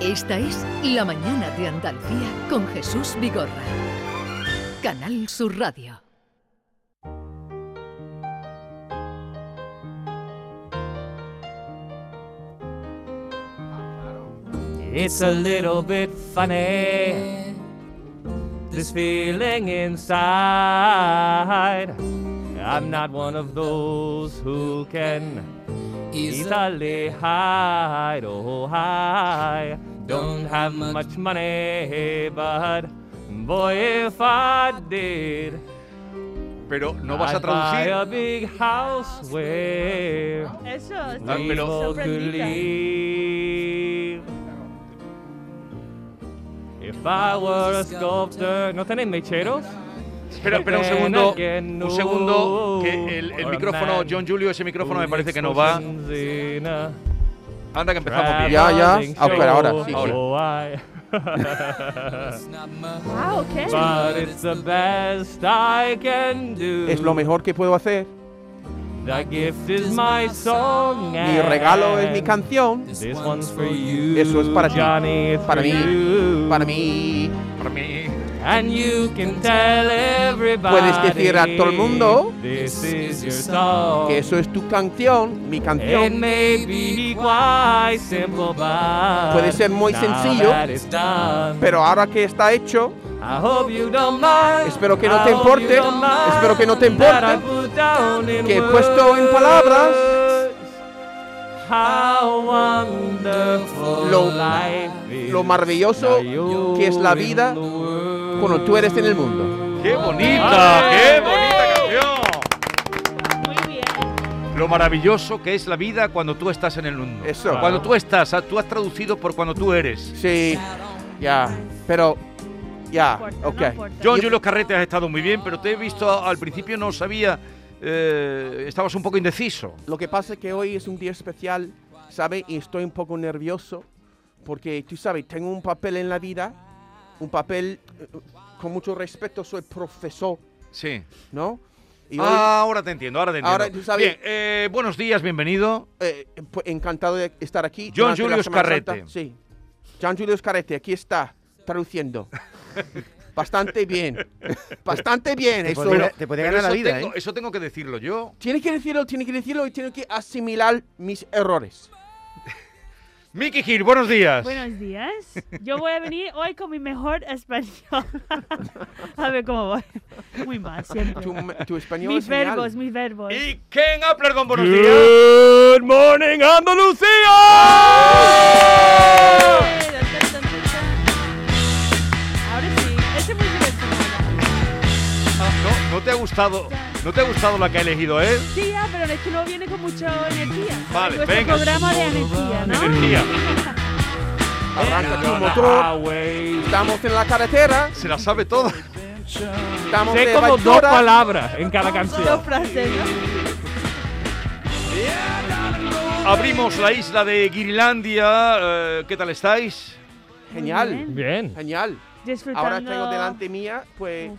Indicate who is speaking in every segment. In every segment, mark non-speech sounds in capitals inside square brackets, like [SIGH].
Speaker 1: Esta es La Mañana de Andalucía con Jesús Vigorra. Canal Sur Radio.
Speaker 2: It's a little bit funny. This feeling inside. I'm not one of those who can easily hide. Oh, I don't have much money, but boy, if I did,
Speaker 3: Pero no vas a
Speaker 2: I'd buy a
Speaker 3: traducir.
Speaker 2: big house where
Speaker 4: Eso,
Speaker 3: Ah,
Speaker 4: estoy
Speaker 2: we
Speaker 3: pero-
Speaker 2: both could
Speaker 4: sorprendida.
Speaker 2: live. If I were a sculptor. ¿No tenéis mecheros?
Speaker 3: Espera, espera un segundo. Un segundo, que el, el micrófono, John Julio, ese micrófono me parece que no va. Anda que empezamos bien.
Speaker 5: Ya, ya. Ah, espera, ahora, sí,
Speaker 3: sí.
Speaker 2: Oh,
Speaker 4: Wow, ¿qué?
Speaker 2: But it's the best I can do.
Speaker 5: Es lo mejor que puedo hacer.
Speaker 2: The gift is my song.
Speaker 5: Mi regalo es mi
Speaker 2: and
Speaker 5: canción.
Speaker 2: This one's for you.
Speaker 5: Eso es para ti.
Speaker 2: Johnny, it's
Speaker 5: Para
Speaker 2: for
Speaker 5: mí.
Speaker 2: you.
Speaker 5: Para mí.
Speaker 3: Para mí.
Speaker 2: And you can tell everybody.
Speaker 5: Puedes decir a todo el mundo
Speaker 2: This is your song.
Speaker 5: Que eso es tu canción, mi
Speaker 2: It
Speaker 5: canción.
Speaker 2: may be quite simple, but
Speaker 5: Puede ser muy
Speaker 2: now
Speaker 5: sencillo,
Speaker 2: that it's done,
Speaker 5: Pero ahora que está hecho,
Speaker 2: I hope you don't mind,
Speaker 5: Espero que no
Speaker 2: I
Speaker 5: te
Speaker 2: hope you
Speaker 5: importe,
Speaker 2: don't mind
Speaker 5: espero que no te
Speaker 2: that I
Speaker 5: importe
Speaker 2: put down in
Speaker 5: que he puesto en palabras
Speaker 2: words how wonderful
Speaker 5: lo-
Speaker 2: life is.
Speaker 5: lo maravilloso
Speaker 2: Now
Speaker 5: que es la
Speaker 2: you're in
Speaker 5: vida
Speaker 2: the world.
Speaker 5: cuando tú eres en el mundo.
Speaker 3: ¡Qué bonita!
Speaker 2: ¡Vale!
Speaker 3: ¡Qué bonita
Speaker 4: Muy
Speaker 3: canción!
Speaker 4: bien.
Speaker 3: Lo maravilloso que es la vida cuando tú estás en el mundo.
Speaker 5: Eso.
Speaker 3: Cuando tú estás, ah, tú has traducido por cuando tú eres.
Speaker 5: Sí, ya. Pero, ya,
Speaker 4: No importa,
Speaker 5: ok.
Speaker 4: no importa.
Speaker 3: John Julio Carrete has estado muy bien, pero te he visto al principio, no sabía. eh, estabas un poco indeciso.
Speaker 5: Lo que pasa es que hoy es un día especial, ¿sabe? Y estoy un poco nervioso porque, tú sabes, tengo un papel en la vida, un papel, eh, con mucho respeto, soy profesor,
Speaker 3: Sí.
Speaker 5: ¿no? Y hoy,
Speaker 3: Ah, ahora te entiendo, ahora te entiendo.
Speaker 5: Ahora tú sabes-
Speaker 3: Bien, eh, buenos días, bienvenido.
Speaker 5: eh, pues, encantado de estar aquí.
Speaker 3: John
Speaker 5: durante la
Speaker 3: Julius
Speaker 5: Semana
Speaker 3: Carrete.
Speaker 5: Santa. Sí, John Julius Carrete, aquí está,
Speaker 2: [LAUGHS]
Speaker 5: traduciendo. Bastante bien, bastante bien. Eso,
Speaker 6: podrá- te podría
Speaker 3: Pero
Speaker 6: ganar
Speaker 3: eso
Speaker 6: la vida,
Speaker 3: tengo-
Speaker 6: ¿eh?
Speaker 3: Eso tengo que decirlo yo.
Speaker 5: Tiene que decirlo, tiene que decirlo y tiene que asimilar mis errores.
Speaker 3: Miki Gil, buenos días.
Speaker 4: Buenos días. Yo voy a venir hoy con mi mejor español. [LAUGHS] a ver cómo voy. Muy mal, siempre.
Speaker 5: Tu, tu español
Speaker 4: Mis
Speaker 5: es genial.
Speaker 4: verbos, mis verbos.
Speaker 3: ¿Y quién habla con buenos días?
Speaker 2: Good morning, Andalucía.
Speaker 4: Ahora sí, ese es muy divertido.
Speaker 3: Ah, no, no te ha gustado. No te ha gustado la que ha elegido él.
Speaker 4: Sí, ya, pero es que no viene con mucha energía.
Speaker 3: Vale,
Speaker 4: Nuestro
Speaker 3: venga.
Speaker 4: programa de energía, ¿no?
Speaker 3: Energía.
Speaker 4: [LAUGHS]
Speaker 5: Arranca tu
Speaker 2: Ah,
Speaker 5: motor. Estamos en la carretera,
Speaker 3: Se la sabe toda.
Speaker 5: estamos
Speaker 2: Sé
Speaker 5: de
Speaker 2: como dos
Speaker 5: Valladolid.
Speaker 2: palabras en cada
Speaker 4: Dos
Speaker 2: canción.
Speaker 4: frases, ¿no?
Speaker 3: Abrimos la isla de Guirlandia. eh, ¿Qué tal estáis?
Speaker 5: Genial,
Speaker 4: Bien.
Speaker 2: Bien.
Speaker 5: genial.
Speaker 4: Disfrutando.
Speaker 5: Ahora tengo delante mía, pues,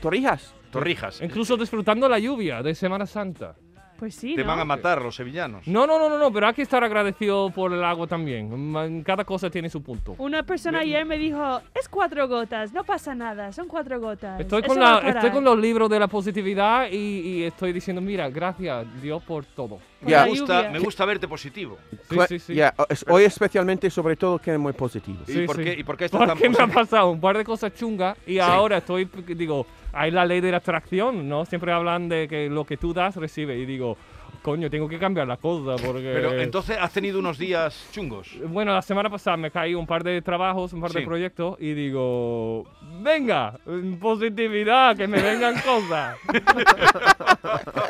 Speaker 5: torrijas.
Speaker 3: Torrijas.
Speaker 2: Incluso disfrutando la lluvia de Semana Santa.
Speaker 4: Pues sí,
Speaker 3: Te
Speaker 4: ¿no?
Speaker 3: van a matar los sevillanos.
Speaker 2: No, no, no, no, no, pero hay que estar agradecido por el agua también. Man, Cada cosa tiene su punto.
Speaker 4: Una persona ayer me dijo, es cuatro gotas, no pasa nada, son cuatro gotas.
Speaker 2: Estoy
Speaker 4: Eso va
Speaker 2: con,
Speaker 4: a
Speaker 2: la,
Speaker 4: parar".
Speaker 2: estoy con los libros de la positividad y, y estoy diciendo, mira, gracias Dios por todo.
Speaker 4: Con
Speaker 5: Ya.
Speaker 4: la
Speaker 3: Me gusta,
Speaker 4: lluvia.
Speaker 3: me gusta verte positivo.
Speaker 2: Sí, sí, sí.
Speaker 5: Ya, es- hoy especialmente, sobre todo, que es muy positivo.
Speaker 3: ¿Y,
Speaker 2: Sí,
Speaker 3: por,
Speaker 2: sí.
Speaker 3: Qué, ¿y por qué estás tan
Speaker 2: Porque me ha
Speaker 3: positivo?
Speaker 2: pasado un par de cosas chungas y ahora estoy, digo, hay la ley de la atracción, ¿no? Siempre hablan de que lo que tú das, recibe. Y digo, coño, tengo que cambiar la cosa porque...
Speaker 3: Pero entonces has tenido unos días chungos.
Speaker 2: Bueno, la semana pasada me caí un par de trabajos, un par
Speaker 3: Sí.
Speaker 2: de proyectos y digo, venga, mm, positividad, que me vengan
Speaker 3: [LAUGHS]
Speaker 2: cosas.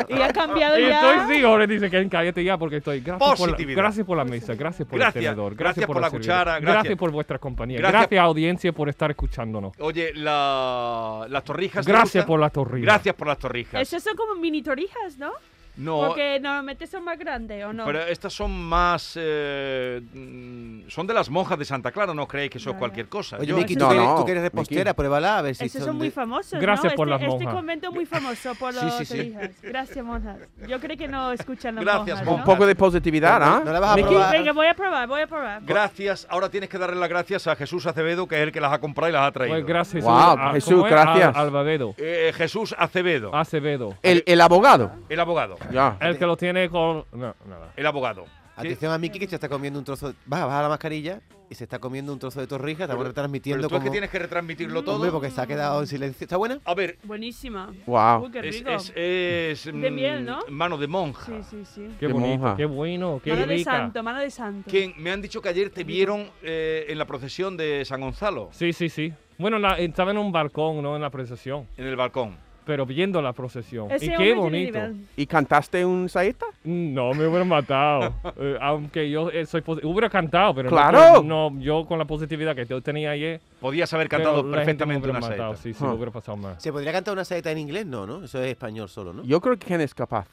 Speaker 4: Y ha cambiado
Speaker 2: y
Speaker 4: ya.
Speaker 2: estoy, sí, ahora dice que cállate ya porque estoy. Gracias por, la,
Speaker 3: Positividad.
Speaker 2: gracias por la mesa, gracias por
Speaker 3: Gracias,
Speaker 2: el tenedor, gracias,
Speaker 3: gracias por la
Speaker 2: servilleta,
Speaker 3: cuchara, gracias.
Speaker 2: gracias. por vuestra compañía,
Speaker 3: Gracias.
Speaker 2: gracias. audiencia por estar escuchándonos.
Speaker 3: Oye, la, las torrijas. ¿te
Speaker 2: Gracias
Speaker 3: gustan?
Speaker 2: por la torrilla.
Speaker 3: Gracias por las torrijas.
Speaker 4: Esas son como mini torijas, ¿no?
Speaker 3: No,
Speaker 4: Porque normalmente son más grandes, ¿o no?
Speaker 3: Pero estas son más. eh, mm, son de las monjas de Santa Clara, no creéis que eso es cualquier cosa.
Speaker 6: Oye,
Speaker 3: Yo-
Speaker 6: Miki,
Speaker 5: eso
Speaker 6: ¿tú,
Speaker 5: sí.
Speaker 6: quieres-
Speaker 5: No, no,
Speaker 6: tú que eres
Speaker 5: Miki.
Speaker 6: repostera, pruébala a ver si
Speaker 4: Esos
Speaker 6: son
Speaker 4: son
Speaker 6: de-
Speaker 4: muy famosos,
Speaker 2: Gracias
Speaker 4: ¿no?
Speaker 2: por las
Speaker 4: este, este
Speaker 2: monjas.
Speaker 4: convento es muy famoso por
Speaker 3: Sí,
Speaker 4: los
Speaker 3: sí, sí.
Speaker 4: hijas. Gracias, monjas. Yo creo que no escuchan las
Speaker 3: Gracias,
Speaker 5: Un
Speaker 4: monjas,
Speaker 3: monjas.
Speaker 4: ¿no?
Speaker 5: poco de positividad, ¿ah?
Speaker 6: No la vas a
Speaker 5: Miki,
Speaker 6: probar.
Speaker 4: Venga, voy a probar, voy a probar.
Speaker 3: Gracias, ahora tienes que darle las gracias a Jesús Acevedo, que es el que las ha comprado y las ha traído.
Speaker 2: Pues gracias.
Speaker 5: Wow,
Speaker 2: a-
Speaker 5: Jesús,
Speaker 2: ¿cómo es?
Speaker 5: gracias.
Speaker 2: Al- Albavedo.
Speaker 3: Eh, Jesús Acevedo,
Speaker 2: Ah. Acevedo.
Speaker 5: El, el abogado.
Speaker 3: el abogado.
Speaker 5: Ya.
Speaker 2: El que lo tiene con. No, nada.
Speaker 3: El abogado.
Speaker 6: Atención a Miki que se está comiendo un trozo. De... Baja, baja la mascarilla y se está comiendo un trozo de torrija. Estamos
Speaker 3: Pero- Pero
Speaker 6: retransmitiendo
Speaker 3: tú es que
Speaker 6: como- Mm,
Speaker 3: tienes que retransmitirlo todo.
Speaker 6: Hombre, porque se ha quedado en silencio. ¿Está buena?
Speaker 3: A ver,
Speaker 4: Buenísima. Uy,
Speaker 5: Wow.
Speaker 4: qué
Speaker 3: es,
Speaker 4: rico.
Speaker 3: es- es,
Speaker 4: De
Speaker 3: mm,
Speaker 4: miel, ¿no?
Speaker 3: Mano de monja.
Speaker 4: Sí, sí, sí.
Speaker 2: Qué
Speaker 5: De
Speaker 2: bonito.
Speaker 5: monja.
Speaker 2: Qué bueno. Qué
Speaker 4: Mano de
Speaker 2: rica.
Speaker 4: santo, mano de santo.
Speaker 3: Que me han dicho que ayer te vieron eh, en la procesión de San Gonzalo,
Speaker 2: Sí, sí, sí. Bueno, la- estaba en un balcón, no en la procesión,
Speaker 3: en el balcón.
Speaker 2: pero viendo la procesión.
Speaker 4: Ese hombre
Speaker 2: y qué
Speaker 4: tiene
Speaker 2: bonito.
Speaker 4: nivel.
Speaker 5: ¿Y cantaste un saeta?
Speaker 2: No, me hubieran matado. [LAUGHS] Eh, aunque yo eh, soy posi- hubiera cantado, pero no-
Speaker 5: ¡Claro!
Speaker 2: no, yo con la positividad que yo tenía ayer.
Speaker 3: Podías haber
Speaker 2: pero
Speaker 3: cantado
Speaker 2: la gente me
Speaker 3: perfectamente
Speaker 2: hubiera
Speaker 3: una saeta.
Speaker 2: matado. Sí, sí,
Speaker 5: Ah.
Speaker 2: hubiera pasado más.
Speaker 6: Se podría cantar una saeta en inglés, no, ¿no? Eso es español solo, ¿no?
Speaker 5: Yo creo que Ken es capaz.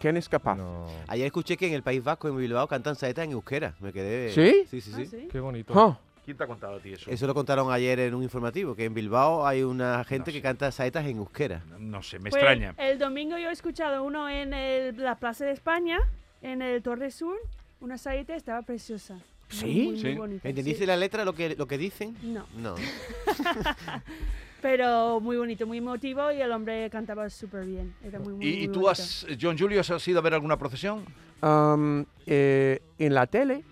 Speaker 5: Ken es capaz.
Speaker 2: No.
Speaker 6: Ayer escuché que en el País Vasco, en Bilbao, cantan saetas en euskera. Me quedé.
Speaker 5: ¿Sí?
Speaker 6: Sí, sí,
Speaker 4: Ah,
Speaker 6: sí.
Speaker 4: sí.
Speaker 2: Qué bonito.
Speaker 5: Huh.
Speaker 3: ¿Quién te ha contado a ti eso?
Speaker 6: Eso lo contaron ayer en un informativo, que en Bilbao hay una gente
Speaker 3: No sé.
Speaker 6: que canta saetas en euskera.
Speaker 3: No sé, me
Speaker 4: Pues,
Speaker 3: extraña.
Speaker 4: El domingo yo he escuchado uno en el- la Plaza de España, en el Torre Sur, una saeta estaba preciosa. Muy,
Speaker 5: ¿Sí?
Speaker 4: muy, muy
Speaker 3: Sí.
Speaker 4: bonita,
Speaker 6: ¿Entendiste
Speaker 4: sí.
Speaker 6: la letra, lo que, lo que dicen?
Speaker 4: No,
Speaker 6: No.
Speaker 4: pero muy bonito, muy emotivo y el hombre cantaba súper bien. Era muy, muy,
Speaker 3: ¿Y, y
Speaker 4: muy
Speaker 3: tú
Speaker 4: bonito.
Speaker 3: has, John Julius, has ido a ver alguna procesión?
Speaker 5: Um, eh, en la tele.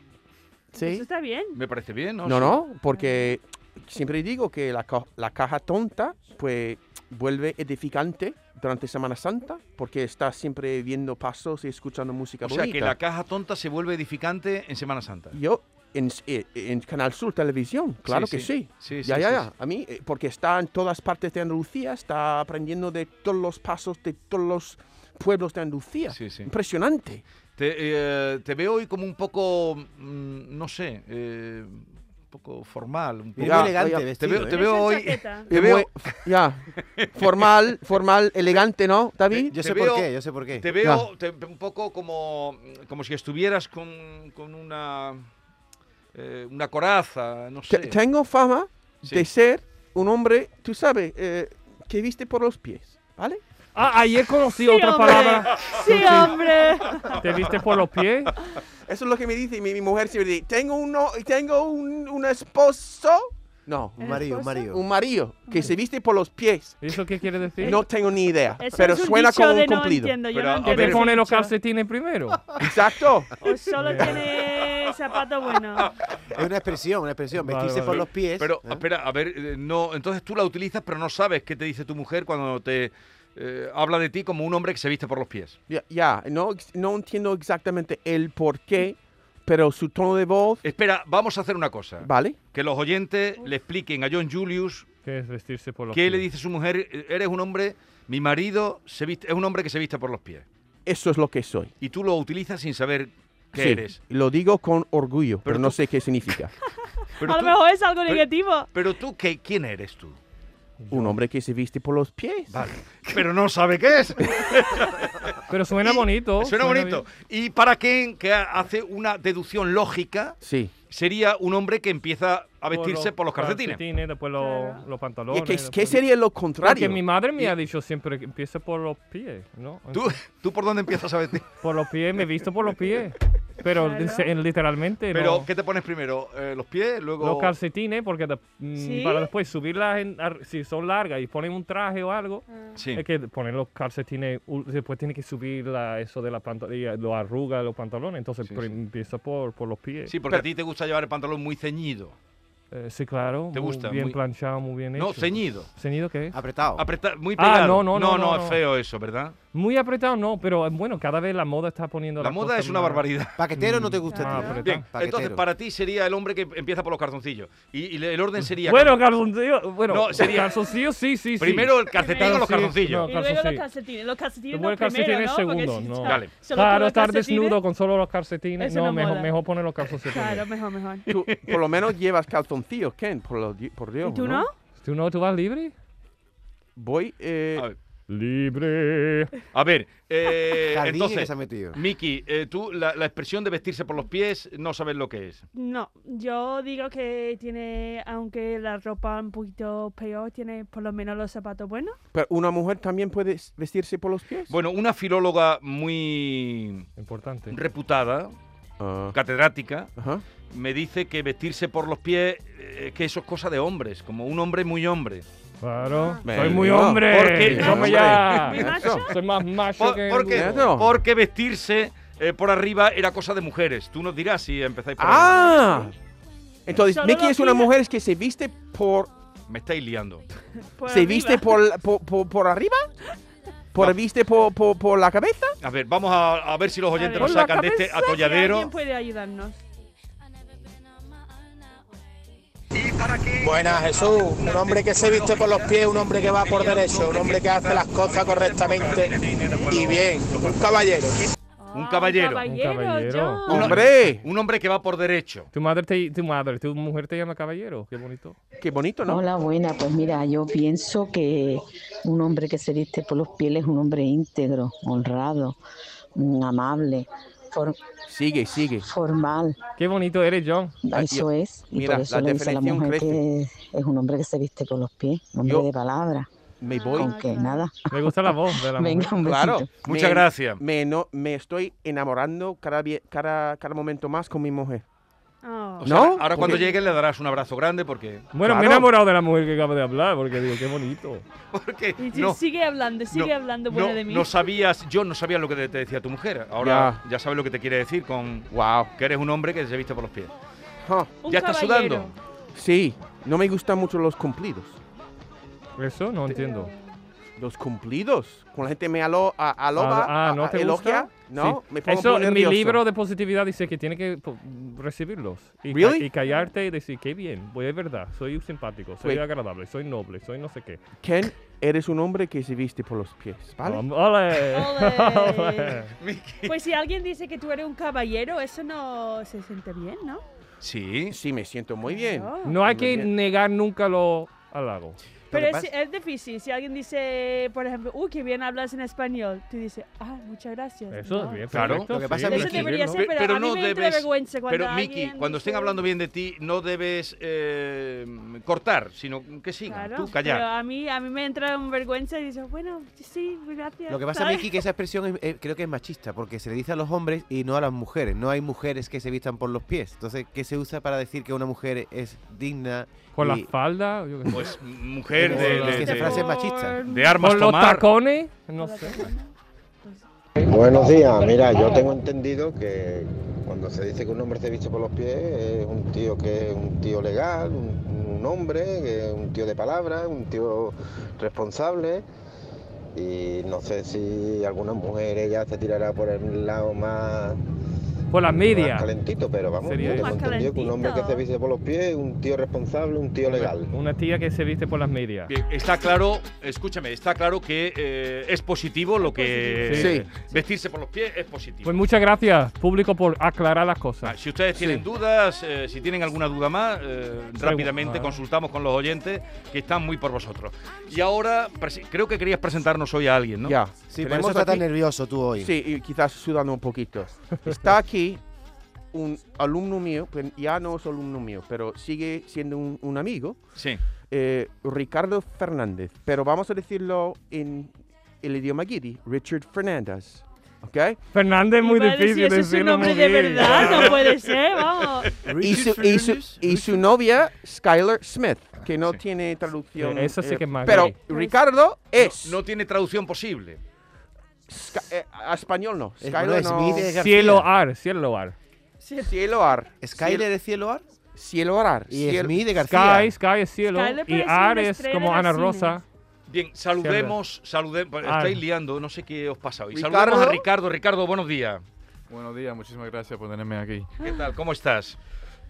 Speaker 4: Eso
Speaker 5: Sí.
Speaker 4: está bien.
Speaker 3: Me parece bien, ¿no?
Speaker 5: No,
Speaker 3: Sí.
Speaker 5: no, porque siempre digo que la, ca- la caja tonta, pues, vuelve edificante durante Semana Santa, porque estás siempre viendo pasos y escuchando música
Speaker 3: O sea, que
Speaker 5: bonita.
Speaker 3: la caja tonta se vuelve edificante en Semana Santa.
Speaker 5: Yo, en, eh, en Canal Sur Televisión, claro que sí.
Speaker 3: Sí,
Speaker 5: ya,
Speaker 3: sí,
Speaker 5: ya,
Speaker 3: sí,
Speaker 5: ya.
Speaker 3: sí.
Speaker 5: A mí, eh, porque está en todas partes de Andalucía, está aprendiendo de todos los pasos de todos los pueblos de Andalucía.
Speaker 3: Sí, sí.
Speaker 5: Impresionante.
Speaker 3: Te, eh, te veo hoy como un poco, mm, no sé, eh, un poco formal. un
Speaker 6: Muy
Speaker 5: Mira,
Speaker 3: poco-
Speaker 6: elegante
Speaker 5: oiga,
Speaker 3: te
Speaker 6: vestido,
Speaker 3: veo,
Speaker 6: ¿eh?
Speaker 3: te
Speaker 4: Esa
Speaker 3: veo hoy...
Speaker 5: [LAUGHS]
Speaker 4: chaqueta.
Speaker 3: Te
Speaker 5: Eh,
Speaker 3: veo-
Speaker 5: muy- ya. Formal, formal, elegante, ¿no, David?
Speaker 6: Yo
Speaker 3: te
Speaker 6: sé
Speaker 3: veo-
Speaker 6: por qué, yo sé por qué.
Speaker 3: Te veo te- un poco como, como si estuvieras con, con una, eh, una coraza, no sé.
Speaker 5: Te- Tengo fama
Speaker 3: Sí.
Speaker 5: de ser un hombre, tú sabes, eh, que viste por los pies, ¿vale?
Speaker 2: Ah, ayer conocí
Speaker 4: Sí,
Speaker 2: otra
Speaker 4: hombre.
Speaker 2: palabra.
Speaker 4: Sí, hombre.
Speaker 2: ¿Te viste por los pies?
Speaker 5: Eso es lo que me dice mi, mi mujer siempre dice, tengo, uno, tengo un, un esposo, no,
Speaker 4: ¿Eh?
Speaker 6: Un marido, un marido.
Speaker 5: un marido
Speaker 4: Mm.
Speaker 5: que se viste por los pies.
Speaker 2: ¿Y eso qué quiere decir?
Speaker 5: No tengo ni idea,
Speaker 4: Eso
Speaker 5: pero
Speaker 4: es un
Speaker 5: suena
Speaker 4: dicho
Speaker 5: como un
Speaker 4: de No
Speaker 5: cumplido.
Speaker 4: entiendo, yo
Speaker 3: Pero,
Speaker 4: no
Speaker 3: a
Speaker 2: ¿Que
Speaker 4: entiendo
Speaker 2: te
Speaker 3: ver-
Speaker 4: ese
Speaker 2: pone los
Speaker 4: dicho.
Speaker 2: calcetines
Speaker 3: [LAUGHS]
Speaker 2: primero?
Speaker 5: Exacto.
Speaker 4: O solo tiene zapato bueno.
Speaker 6: Es una expresión, una expresión.
Speaker 2: Vale,
Speaker 6: Vestirse
Speaker 2: vale.
Speaker 6: por los pies.
Speaker 3: Pero,
Speaker 6: ¿eh?
Speaker 3: espera, a ver, eh, no, entonces tú la utilizas, pero no sabes qué te dice tu mujer cuando te eh, habla de ti como un hombre que se viste por los pies.
Speaker 5: Ya, ya, No, ex- no entiendo exactamente el por qué, pero su tono de voz,
Speaker 3: Espera, vamos a hacer una cosa.
Speaker 5: ¿vale?
Speaker 3: Que los oyentes le expliquen a John Julius
Speaker 2: ¿Qué es vestirse por los
Speaker 3: qué
Speaker 2: pies?
Speaker 3: le dice su mujer. eh, Eres un hombre, mi marido se viste, es un hombre que se viste por los pies.
Speaker 5: Eso es lo que soy.
Speaker 3: Y tú lo utilizas sin saber qué
Speaker 5: Sí,
Speaker 3: eres.
Speaker 5: Lo digo con orgullo, pero,
Speaker 3: Pero
Speaker 5: no
Speaker 3: tú-
Speaker 5: sé qué
Speaker 3: [LAUGHS]
Speaker 5: significa.
Speaker 3: Pero
Speaker 4: a
Speaker 3: tú-
Speaker 4: lo mejor es algo
Speaker 3: pero-
Speaker 4: negativo.
Speaker 3: Pero tú, ¿qué, ¿quién eres tú?
Speaker 5: Un hombre que se viste por los pies.
Speaker 3: Vale. Pero no sabe qué es.
Speaker 2: Pero suena
Speaker 3: Y-
Speaker 2: bonito.
Speaker 3: Suena bonito.
Speaker 2: bien.
Speaker 3: Y para Ken, que ha- hace una deducción lógica,
Speaker 5: Sí.
Speaker 3: sería un hombre que empieza a vestirse por los calcetines.
Speaker 2: después los,
Speaker 4: Claro.
Speaker 2: los
Speaker 5: ¿Y
Speaker 2: pantalones.
Speaker 5: qué, qué
Speaker 2: después-
Speaker 5: sería lo
Speaker 2: Porque
Speaker 5: contrario?
Speaker 2: mi madre me ha dicho siempre que empiece por los pies, ¿no?
Speaker 3: ¿Tú, ¿Tú por dónde empiezas
Speaker 2: [LAUGHS]
Speaker 3: a vestir?
Speaker 2: Por los pies, me he visto por los
Speaker 3: [LAUGHS]
Speaker 2: pies. Pero
Speaker 4: Claro.
Speaker 2: dice- literalmente
Speaker 3: Pero,
Speaker 2: no.
Speaker 3: ¿qué te pones primero? Eh, ¿Los pies? Luego...
Speaker 2: Los calcetines, porque de- mm,
Speaker 4: ¿Sí?
Speaker 2: para después subirlas, en- ar- si son largas y ponen un traje o algo,
Speaker 3: Sí.
Speaker 2: es que poner los calcetines, u- después tiene que subir la- eso de la pantalilla, los arrugas de los pantalones, entonces
Speaker 3: Sí,
Speaker 2: pr-
Speaker 3: sí.
Speaker 2: empieza por, por los pies.
Speaker 3: Sí, porque a ti te gusta llevar el pantalón muy ceñido.
Speaker 2: Eh, sí, claro.
Speaker 3: ¿Te
Speaker 2: muy
Speaker 3: gusta?
Speaker 2: Bien
Speaker 3: Muy-
Speaker 2: planchado, muy bien hecho.
Speaker 3: No, ceñido.
Speaker 2: ¿Ceñido qué es?
Speaker 6: Apretado.
Speaker 3: Apreta- muy
Speaker 2: Ah,
Speaker 3: pegado.
Speaker 2: no, no, no,
Speaker 3: no,
Speaker 2: no,
Speaker 3: es
Speaker 2: no.
Speaker 3: feo eso, ¿verdad?
Speaker 2: Muy apretado no, pero eh, bueno, cada vez la moda está poniendo
Speaker 3: La
Speaker 2: las
Speaker 3: moda
Speaker 2: cosas
Speaker 3: es una
Speaker 2: más- [LAUGHS]
Speaker 3: barbaridad.
Speaker 6: ¿Paquetero no te
Speaker 2: Mm,
Speaker 6: gusta
Speaker 4: ah,
Speaker 6: a ti?
Speaker 4: pero-
Speaker 3: Bien, entonces
Speaker 6: Paquetero.
Speaker 3: para ti sería el hombre que empieza por los calzoncillos. Y, y el orden sería...
Speaker 2: Bueno, calzoncillo, bueno,
Speaker 3: No, sería-
Speaker 2: calzoncillo sí, sí, sí.
Speaker 3: Primero el calcetín o los
Speaker 2: Calzoncillos,
Speaker 3: calzoncillos.
Speaker 2: no.
Speaker 4: Y luego
Speaker 2: calzoncillos.
Speaker 4: los calcetines. Los calcetines
Speaker 2: Luego
Speaker 4: no
Speaker 2: el calcetín
Speaker 4: primero,
Speaker 2: es
Speaker 4: ¿no? Porque
Speaker 2: segundo,
Speaker 4: si
Speaker 2: no.
Speaker 4: está
Speaker 3: Dale.
Speaker 4: solo con
Speaker 2: Claro,
Speaker 4: los
Speaker 2: estar
Speaker 4: calcetines,
Speaker 2: desnudo con solo los calcetines.
Speaker 4: Eso
Speaker 2: No,
Speaker 4: no
Speaker 2: mejor,
Speaker 4: mola.
Speaker 2: mejor poner los calcetines.
Speaker 4: Claro, mejor, mejor.
Speaker 5: Tú, por lo menos llevas calzoncillos, Ken, por, lo di- por Dios.
Speaker 4: ¿Y tú no?
Speaker 2: ¿Tú no, tú vas libre?
Speaker 5: Voy, eh,
Speaker 3: A ver,
Speaker 2: libre.
Speaker 3: A ver, eh,
Speaker 6: Jardín en que
Speaker 3: entonces,
Speaker 6: se ha metido.
Speaker 3: Miki, eh, tú la, la expresión de vestirse por los pies no sabes lo que es.
Speaker 4: No, yo digo que tiene, aunque la ropa un poquito peor, tiene por lo menos los zapatos buenos.
Speaker 5: Pero una mujer también puede s- vestirse por los pies.
Speaker 3: Bueno, una filóloga muy
Speaker 2: Importante.
Speaker 3: reputada,
Speaker 5: Ah.
Speaker 3: catedrática,
Speaker 5: Ajá.
Speaker 3: me dice que vestirse por los pies, eh, que eso es cosa de hombres, como un hombre muy hombre.
Speaker 2: Claro.
Speaker 5: Me
Speaker 2: Soy muy
Speaker 5: digo,
Speaker 2: hombre.
Speaker 3: porque-
Speaker 2: Toma
Speaker 5: hombre.
Speaker 3: [LAUGHS] Ah,
Speaker 2: ya.
Speaker 4: Muy macho.
Speaker 2: Soy más macho
Speaker 3: Por-
Speaker 2: que.
Speaker 3: porque,
Speaker 5: Claro.
Speaker 3: porque vestirse eh, por arriba era cosa de mujeres. Tú nos dirás si empezáis por
Speaker 5: ¡Ah! Entonces,
Speaker 4: Solo
Speaker 5: Mickey
Speaker 4: los
Speaker 5: es una
Speaker 4: pies.
Speaker 5: mujer que se viste por.
Speaker 3: ahí. Me estáis liando.
Speaker 4: por
Speaker 5: ¿Se viste
Speaker 4: Pues arriba.
Speaker 5: por, por, por- por arriba? ¿Por
Speaker 3: No.
Speaker 5: viste por, por- por la cabeza?
Speaker 3: A ver, vamos a, a ver si los oyentes
Speaker 4: ver.
Speaker 3: nos
Speaker 4: Con la
Speaker 3: sacan de este
Speaker 4: cabeza, si
Speaker 3: atolladero.
Speaker 4: alguien puede ayudarnos?
Speaker 7: Buenas Jesús, un hombre que se viste por los pies, un hombre que va por derecho, un hombre que hace las cosas correctamente y bien, un caballero.
Speaker 4: Ah,
Speaker 3: caballero. Un
Speaker 4: caballero,
Speaker 2: caballero.
Speaker 4: John.
Speaker 3: Una-
Speaker 5: ¡Hombre!
Speaker 3: Un hombre que va por derecho.
Speaker 2: Tu madre, te, tu madre, tu mujer te llama caballero. Qué bonito.
Speaker 5: Qué bonito, ¿no?
Speaker 8: Hola, buena. Pues mira, yo pienso que un hombre que se viste por los pieles es un hombre íntegro, honrado, mm, amable, for-
Speaker 5: Sigue, sigue.
Speaker 8: formal.
Speaker 2: Qué bonito eres, John.
Speaker 5: Ah, yo-
Speaker 8: Eso es. Y
Speaker 5: mira,
Speaker 8: por eso
Speaker 5: la
Speaker 8: le dice a la
Speaker 5: definición
Speaker 8: mujer
Speaker 5: crece.
Speaker 8: que es un hombre que se viste por los pies, un hombre
Speaker 5: Yo-
Speaker 8: de palabra.
Speaker 5: Me voy.
Speaker 8: Con que
Speaker 4: claro.
Speaker 8: nada.
Speaker 2: Me gusta la voz de la mujer.
Speaker 8: Venga, un besito.
Speaker 5: Claro.
Speaker 3: Muchas
Speaker 5: Me-
Speaker 3: gracias.
Speaker 5: Me, no, me estoy enamorando cada, vie- cada, cada momento más con mi mujer.
Speaker 4: Ah.
Speaker 3: O sea,
Speaker 5: ¿No?
Speaker 3: Ahora
Speaker 5: Porque-
Speaker 3: cuando llegue le darás un abrazo grande porque...
Speaker 2: Bueno, me he
Speaker 5: Claro.
Speaker 2: enamorado de la mujer que acaba de hablar porque digo, qué bonito.
Speaker 3: Porque
Speaker 4: Y si-
Speaker 3: no,
Speaker 4: sigue hablando, sigue
Speaker 3: no,
Speaker 4: hablando,
Speaker 3: no,
Speaker 4: buena de mí.
Speaker 3: no sabías, yo no sabía lo que te decía tu mujer. Ahora ya, sabes lo que te quiere decir con
Speaker 5: ¡Wow!
Speaker 3: que eres un hombre que se viste por los pies.
Speaker 4: Un
Speaker 3: ya está
Speaker 4: caballero.
Speaker 3: sudando.
Speaker 5: Sí, no me gustan mucho los cumplidos.
Speaker 2: Eso no entiendo.
Speaker 5: Los cumplidos. Con la gente me alo, a- aloba,
Speaker 2: Ah, ah, ¿no
Speaker 5: a-
Speaker 2: te
Speaker 5: elogia.
Speaker 2: gusta?
Speaker 5: No,
Speaker 2: Sí.
Speaker 5: me pongo
Speaker 2: Eso
Speaker 5: muy
Speaker 2: en mi
Speaker 5: nervioso.
Speaker 2: libro de positividad dice que tiene que po- recibirlos y, ca-
Speaker 5: Really?
Speaker 2: y callarte y decir, qué bien, voy es verdad, soy simpático, soy
Speaker 5: Wait.
Speaker 2: agradable, soy noble, soy no sé qué.
Speaker 5: Ken, eres un hombre que se viste por los pies, ¿vale?
Speaker 2: Um, ole.
Speaker 4: Ole.
Speaker 2: Ole.
Speaker 4: Pues si alguien dice que tú eres un caballero, eso no se siente bien, ¿no?
Speaker 3: Sí.
Speaker 5: Sí, me siento muy bien.
Speaker 4: Claro.
Speaker 2: [LAUGHS] No hay
Speaker 5: Muy
Speaker 2: que
Speaker 5: bien.
Speaker 2: negar nunca lo halago.
Speaker 4: Pero
Speaker 6: que
Speaker 4: es,
Speaker 6: pasa-
Speaker 4: es difícil. Si alguien dice, por ejemplo, uy, qué bien hablas en español, tú dices, ah, muchas gracias.
Speaker 2: Eso es
Speaker 4: No.
Speaker 2: bien.
Speaker 3: Claro.
Speaker 2: perfecto,
Speaker 6: Lo que
Speaker 2: sí,
Speaker 6: pasa es
Speaker 4: Eso
Speaker 2: recibirlo.
Speaker 4: debería ser, pero,
Speaker 3: Pero
Speaker 4: a mí
Speaker 3: no
Speaker 4: me entra
Speaker 3: debes-
Speaker 4: vergüenza cuando
Speaker 3: Pero Miki,
Speaker 4: alguien
Speaker 3: cuando estén
Speaker 4: dice-
Speaker 3: hablando bien de ti, no debes eh, cortar, sino que sigan.
Speaker 4: Claro,
Speaker 3: Tú callar.
Speaker 4: Pero a mí, a mí me entra un vergüenza y dices, bueno, sí, gracias.
Speaker 6: Lo que pasa,
Speaker 4: ¿sabes?
Speaker 6: Miki, que esa expresión es- eh, creo que es machista, porque se le dice a los hombres y no a las mujeres. No hay mujeres que se vistan por los pies. Entonces, ¿qué se usa para decir que una mujer es digna?
Speaker 2: Con la
Speaker 6: y-
Speaker 2: falda, yo qué sé.
Speaker 3: Pues mujer
Speaker 6: Es
Speaker 3: de,
Speaker 6: que
Speaker 3: de-
Speaker 6: esa
Speaker 3: de-
Speaker 6: frase es machista.
Speaker 3: de armas
Speaker 2: Con los
Speaker 3: tomar.
Speaker 2: tacones, no sé.
Speaker 9: Buenos días, mira, yo tengo entendido que cuando se dice que un hombre se viste por los pies es un tío que es un tío legal, un, un hombre, que es un tío de palabra, un tío responsable. Y no sé si algunas mujeres ya se tirará por el lado más,
Speaker 2: Por las medias.
Speaker 9: más calentito, pero vamos,
Speaker 2: Sería
Speaker 9: yo tengo
Speaker 4: eso. Más
Speaker 9: entendido que un hombre que se
Speaker 4: calentito.
Speaker 9: viste por los pies es un tío responsable, un tío legal.
Speaker 2: Una tía que se viste por las medias.
Speaker 3: Bien, está claro, escúchame, está claro que eh, es positivo lo que
Speaker 2: Sí.
Speaker 3: eh, vestirse por los pies es positivo.
Speaker 2: Pues muchas gracias, público, por aclarar las
Speaker 3: Ah,
Speaker 2: cosas.
Speaker 3: Si ustedes tienen
Speaker 2: Sí.
Speaker 3: dudas, eh, si tienen alguna duda más, eh, rápidamente
Speaker 2: ah.
Speaker 3: consultamos con los oyentes que están muy por vosotros. Y ahora, presi- creo que querías presentarnos hoy a alguien, ¿no?
Speaker 5: Ya.
Speaker 6: Sí, por eso
Speaker 5: Tenemos
Speaker 6: está tan
Speaker 5: aquí-
Speaker 6: nervioso tú hoy.
Speaker 5: Sí, y quizás sudando un poquito. Está aquí un alumno mío, pues ya no es alumno mío, pero sigue siendo un, un amigo,
Speaker 3: Sí.
Speaker 5: eh, Ricardo Fernández. Pero vamos a decirlo en el idioma guiri, Richard Fernández. ¿Ok?
Speaker 2: Fernández es muy
Speaker 4: Iba a
Speaker 2: difícil
Speaker 4: decir, Eso es un
Speaker 2: decirlo
Speaker 4: nombre
Speaker 2: muy
Speaker 4: de
Speaker 2: bien.
Speaker 4: verdad,
Speaker 2: [LAUGHS]
Speaker 4: no puede ser, vamos.
Speaker 5: Y su, y su- y su novia, Skylar Smith, que no
Speaker 3: Sí.
Speaker 5: tiene traducción.
Speaker 2: Eh, eso sí que es más
Speaker 5: Pero
Speaker 2: gay.
Speaker 5: Ricardo es.
Speaker 3: No tiene traducción posible.
Speaker 5: Sky- eh, a español no.
Speaker 6: Es-
Speaker 5: Skylar
Speaker 6: no, es
Speaker 5: no.
Speaker 6: Miri García.
Speaker 2: Cielo ar, cielo ar.
Speaker 5: Cielo ar.
Speaker 6: Skyler es cielo ar
Speaker 5: Cielo ar.
Speaker 6: y
Speaker 5: Cielo-
Speaker 6: Smith de García.
Speaker 2: Sky, Sky es cielo.
Speaker 4: Skyler
Speaker 2: Y
Speaker 4: parece
Speaker 2: ar
Speaker 4: una
Speaker 2: es
Speaker 4: estrella
Speaker 2: como
Speaker 4: de
Speaker 2: Ana
Speaker 4: cine.
Speaker 2: Rosa.
Speaker 3: Bien, saludemos, saludemos,
Speaker 2: Ah.
Speaker 3: estáis liando, no sé qué os pasa hoy.
Speaker 5: ¿Ricardo?
Speaker 3: Saludemos a Ricardo. Ricardo, buenos días.
Speaker 10: Buenos días, muchísimas gracias por tenerme
Speaker 5: Ah.
Speaker 10: aquí.
Speaker 3: ¿Qué tal? ¿Cómo estás?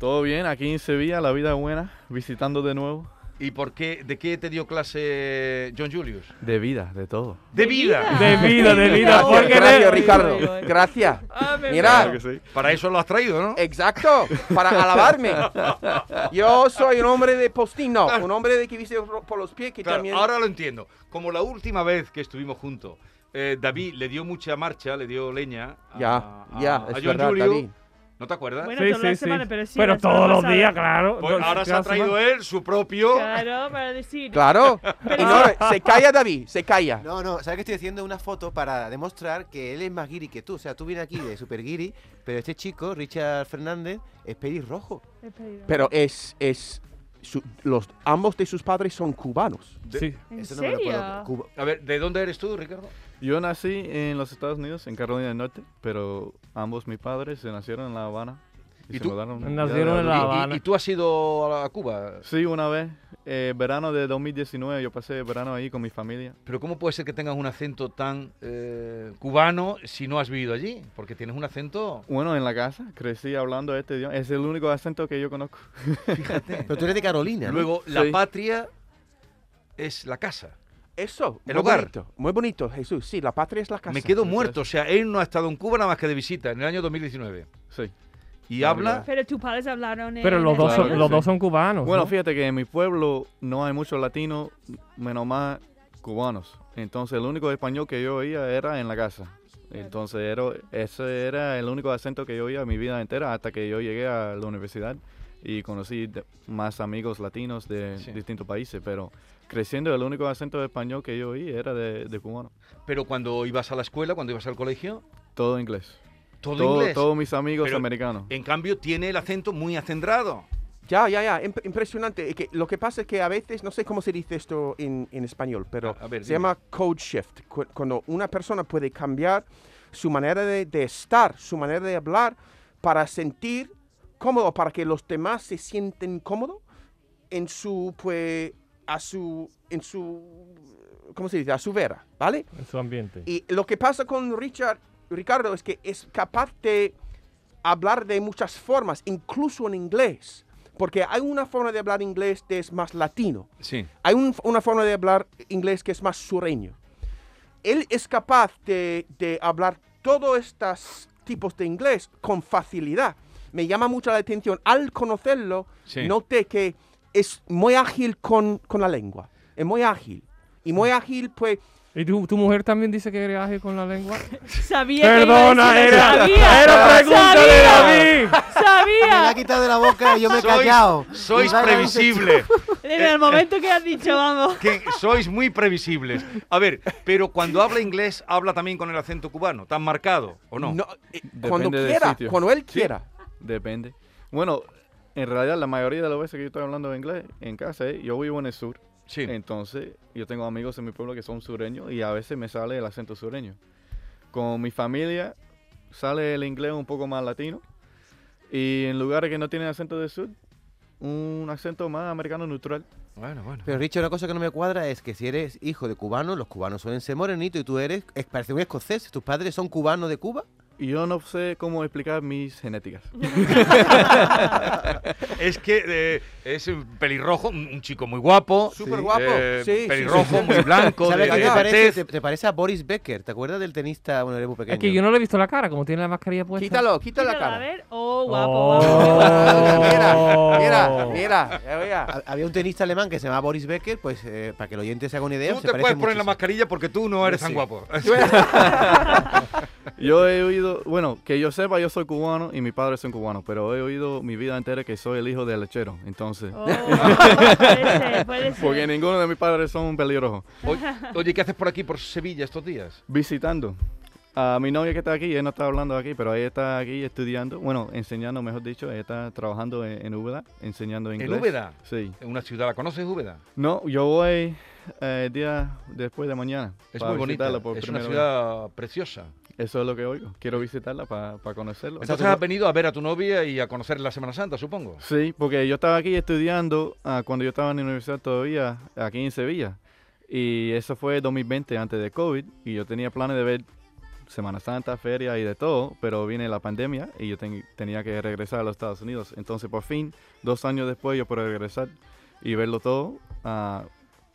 Speaker 10: Todo bien, aquí en Sevilla, la vida es buena, visitando de nuevo.
Speaker 3: ¿Y por qué, de qué te dio clase John Julius?
Speaker 10: De vida, de todo.
Speaker 3: De vida.
Speaker 2: De vida, de vida. Porque
Speaker 5: Gracias,
Speaker 2: de-
Speaker 5: Ricardo. Gracias.
Speaker 2: Ah,
Speaker 5: Mira,
Speaker 10: que sí.
Speaker 3: Para eso lo has traído,
Speaker 5: Eh,
Speaker 3: ¿no?
Speaker 5: exacto, para alabarme. Yo soy un hombre de postín, no, un hombre de que viste por los pies que
Speaker 3: Claro,
Speaker 5: también.
Speaker 3: Ahora lo entiendo. Como la última vez que estuvimos juntos, eh, David le dio mucha marcha, le dio leña a,
Speaker 5: Ya,
Speaker 3: a-
Speaker 5: ya,
Speaker 3: a
Speaker 2: Ah,
Speaker 5: es
Speaker 3: John
Speaker 5: verdad,
Speaker 3: Julio.
Speaker 5: David.
Speaker 3: ¿No te acuerdas?
Speaker 4: Bueno, todas las semanas, pero sí, la semana
Speaker 2: todos los
Speaker 4: pasada.
Speaker 2: días, claro.
Speaker 3: Pues
Speaker 2: Dos-
Speaker 3: ahora se
Speaker 2: cada
Speaker 3: ha traído
Speaker 2: semana.
Speaker 3: él su propio.
Speaker 4: Claro, para decir.
Speaker 5: Claro. Y no, se calla, David, se calla.
Speaker 6: No, no, sabes que estoy haciendo una foto para demostrar que él es más guiri que tú. O sea, tú vienes aquí de super guiri, pero este chico, Richard Fernández, es pelirrojo.
Speaker 4: He pedido.
Speaker 5: Pero es, es, su- los, ambos de sus padres son cubanos.
Speaker 2: Sí.
Speaker 4: ¿En
Speaker 6: Eso no me lo puedo.
Speaker 2: Ah.
Speaker 4: serio?
Speaker 6: Cuba.
Speaker 3: A ver, ¿de dónde eres tú, Ricardo?
Speaker 10: Yo nací en los Estados Unidos, en Carolina del Norte, pero ambos mis padres se nacieron en La Habana.
Speaker 3: ¿Y
Speaker 10: ¿Y, se
Speaker 3: tú?
Speaker 10: mudaron ya
Speaker 2: Nacieron
Speaker 10: de
Speaker 2: en
Speaker 3: Y-
Speaker 2: La
Speaker 10: adulto.
Speaker 2: Habana.
Speaker 3: Y, y tú has ido a Cuba.
Speaker 10: Sí, una vez. eh, verano de 2019, yo pasé verano ahí con mi familia.
Speaker 3: Pero ¿cómo puede ser que tengas un acento tan eh, cubano si no has vivido allí? Porque tienes un acento...
Speaker 10: Bueno, en la casa crecí hablando este idioma. Es el único acento que yo conozco.
Speaker 6: Pero tú eres de Carolina. ¿no?
Speaker 3: Luego, la
Speaker 10: Sí.
Speaker 3: patria es la casa.
Speaker 5: Eso,
Speaker 3: El
Speaker 5: muy
Speaker 3: hogar.
Speaker 5: bonito, muy bonito, Jesús. Sí, la patria es la casa.
Speaker 3: Me quedo
Speaker 10: sí,
Speaker 3: muerto. O sea, él no ha estado en Cuba nada más que de visita en el año 2019.
Speaker 10: Sí.
Speaker 3: Y
Speaker 10: Claro,
Speaker 3: habla...
Speaker 4: Pero tus padres hablaron en.
Speaker 2: Pero los dos,
Speaker 10: Claro,
Speaker 2: son, los
Speaker 10: sí.
Speaker 2: dos son cubanos.
Speaker 10: Bueno,
Speaker 2: ¿no?
Speaker 10: fíjate que en mi pueblo no hay muchos latinos, menos más cubanos. Entonces el único español que yo oía era en la casa. Entonces era, ese era el único acento que yo oía mi vida entera hasta que yo llegué a la universidad y conocí de- más amigos latinos de
Speaker 3: Sí.
Speaker 10: distintos países. Pero creciendo el único acento español que yo oí era de, de cubano.
Speaker 3: Pero cuando ibas a la escuela, cuando ibas al colegio,
Speaker 10: Todo inglés.
Speaker 3: todo,
Speaker 10: Todo-
Speaker 3: inglés.
Speaker 10: Todos mis amigos
Speaker 3: Pero-
Speaker 10: americanos.
Speaker 3: En cambio, tiene el acento muy acendrado.
Speaker 5: Ya, ya, ya, imp- impresionante. Y que lo que pasa es que a veces, no sé cómo se dice esto en, en español, pero
Speaker 3: A- a ver,
Speaker 5: se
Speaker 3: dime.
Speaker 5: llama code shift, cu- cuando una persona puede cambiar su manera de, de estar, su manera de hablar, para sentir cómodo, para que los demás se sienten cómodo en su, pues, a su, en su, ¿cómo se dice? A su vera, ¿vale?
Speaker 2: En su ambiente.
Speaker 5: Y lo que pasa con Richard, Ricardo es que es capaz de hablar de muchas formas, incluso en inglés. Porque hay una forma de hablar inglés que es más latino.
Speaker 3: Sí.
Speaker 5: Hay un- una forma de hablar inglés que es más sureño. Él es capaz de, de hablar todos estos tipos de inglés con facilidad. Me llama mucho la atención. Al conocerlo,
Speaker 3: Sí.
Speaker 5: noté que es muy ágil con, con la lengua. Es muy ágil. Y muy ágil, pues,
Speaker 2: ¿Y tu, tu mujer también dice que eres ágil con la lengua?
Speaker 4: Sabía
Speaker 2: Perdona,
Speaker 4: que iba a
Speaker 2: era,
Speaker 4: decir eso. Sabía.
Speaker 2: era pregunta de
Speaker 4: sabía,
Speaker 2: David.
Speaker 6: Me la ha
Speaker 4: Sabía.
Speaker 6: quitado de la boca y yo me he callado.
Speaker 3: sois
Speaker 6: Y va a dar un
Speaker 3: previsible.
Speaker 4: En
Speaker 6: Eh,
Speaker 4: el momento que has dicho, vamos.
Speaker 3: que sois muy previsibles. A ver, pero cuando habla inglés, habla también con el acento cubano, tan marcado, ¿o no?
Speaker 5: No, eh, cuando
Speaker 10: Depende del
Speaker 5: quiera,
Speaker 10: sitio.
Speaker 5: cuando él
Speaker 10: Sí.
Speaker 5: quiera.
Speaker 10: Depende. Bueno, en realidad la mayoría de las veces que yo estoy hablando inglés en casa, eh, yo vivo en el sur.
Speaker 3: Sí.
Speaker 10: Entonces, yo tengo amigos en mi pueblo que son sureños y a veces me sale el acento sureño. Con mi familia sale el inglés un poco más latino y en lugares que no tienen acento de sur, un acento más americano neutral.
Speaker 3: Bueno, bueno.
Speaker 6: Pero Richard, una cosa que no me cuadra es que si eres hijo de cubano, los cubanos suelen ser morenitos y tú eres, es- parece un escocés, tus padres son cubanos de Cuba.
Speaker 10: Y yo no sé cómo explicar mis genéticas.
Speaker 3: Es que eh, es un pelirrojo, un, un chico muy guapo. eh,
Speaker 5: Súper guapo. Sí, sí,
Speaker 3: pelirrojo,
Speaker 5: sí, sí.
Speaker 6: [LAUGHS]
Speaker 3: muy blanco, de,
Speaker 6: ¿Sabes a qué
Speaker 3: de
Speaker 6: te parece?
Speaker 3: tez.
Speaker 6: Te, te parece a Boris Becker, ¿te acuerdas del tenista bueno, eres muy pequeño?
Speaker 2: Es que yo no le he visto la cara, como tiene la mascarilla puesta.
Speaker 5: Quítalo, quita la
Speaker 4: Míralo, A
Speaker 5: cara.
Speaker 4: ver. Oh, guapo,
Speaker 2: [LAUGHS] Oh.
Speaker 4: guapo.
Speaker 5: Mira,
Speaker 4: Oh.
Speaker 5: mira, mira.
Speaker 10: Ah,
Speaker 6: Ha- Había un tenista alemán que se llamaba Boris Becker, pues eh, para que el oyente se haga una idea.
Speaker 3: Tú
Speaker 6: se
Speaker 3: te
Speaker 6: parece
Speaker 3: puedes poner la
Speaker 6: muchísimo.
Speaker 3: mascarilla porque tú no eres tan
Speaker 6: Sí.
Speaker 3: guapo.
Speaker 6: [LAUGHS]
Speaker 10: Yo he oído, bueno, que yo sepa, yo soy cubano y mis padres son cubanos, pero he oído mi vida entera que soy el hijo del lechero. Entonces,
Speaker 4: Oh, puede ser, puede ser.
Speaker 10: porque ninguno de mis padres son pelirrojos.
Speaker 3: Oye, oye, ¿qué haces por aquí, por Sevilla, estos días?
Speaker 10: visitando a mi novia que está aquí, ella no está hablando aquí, pero ella está aquí estudiando, bueno, enseñando, mejor dicho, ella está trabajando en, en Úbeda, enseñando inglés.
Speaker 3: Úbeda?
Speaker 10: Sí.
Speaker 3: En una ciudad, ¿la conoces, Úbeda?
Speaker 10: No, yo voy eh, el día después de mañana.
Speaker 3: Es
Speaker 10: para
Speaker 3: muy bonita,
Speaker 10: visitarla por
Speaker 3: es una
Speaker 10: primera
Speaker 3: ciudad preciosa.
Speaker 10: vez. Eso es lo que oigo. Quiero visitarla para conocerlo.
Speaker 3: Entonces has venido a ver a tu novia y a conocer la Semana Santa, supongo.
Speaker 10: Sí, porque yo estaba aquí estudiando ah, cuando yo estaba en la universidad todavía, aquí en Sevilla. Y eso fue 2020, antes de COVID. Y yo tenía planes de ver Semana Santa, feria y de todo, pero viene la pandemia y yo ten- tenía que regresar a los Estados Unidos. Entonces, por fin, dos años después, yo pude regresar y verlo todo ah,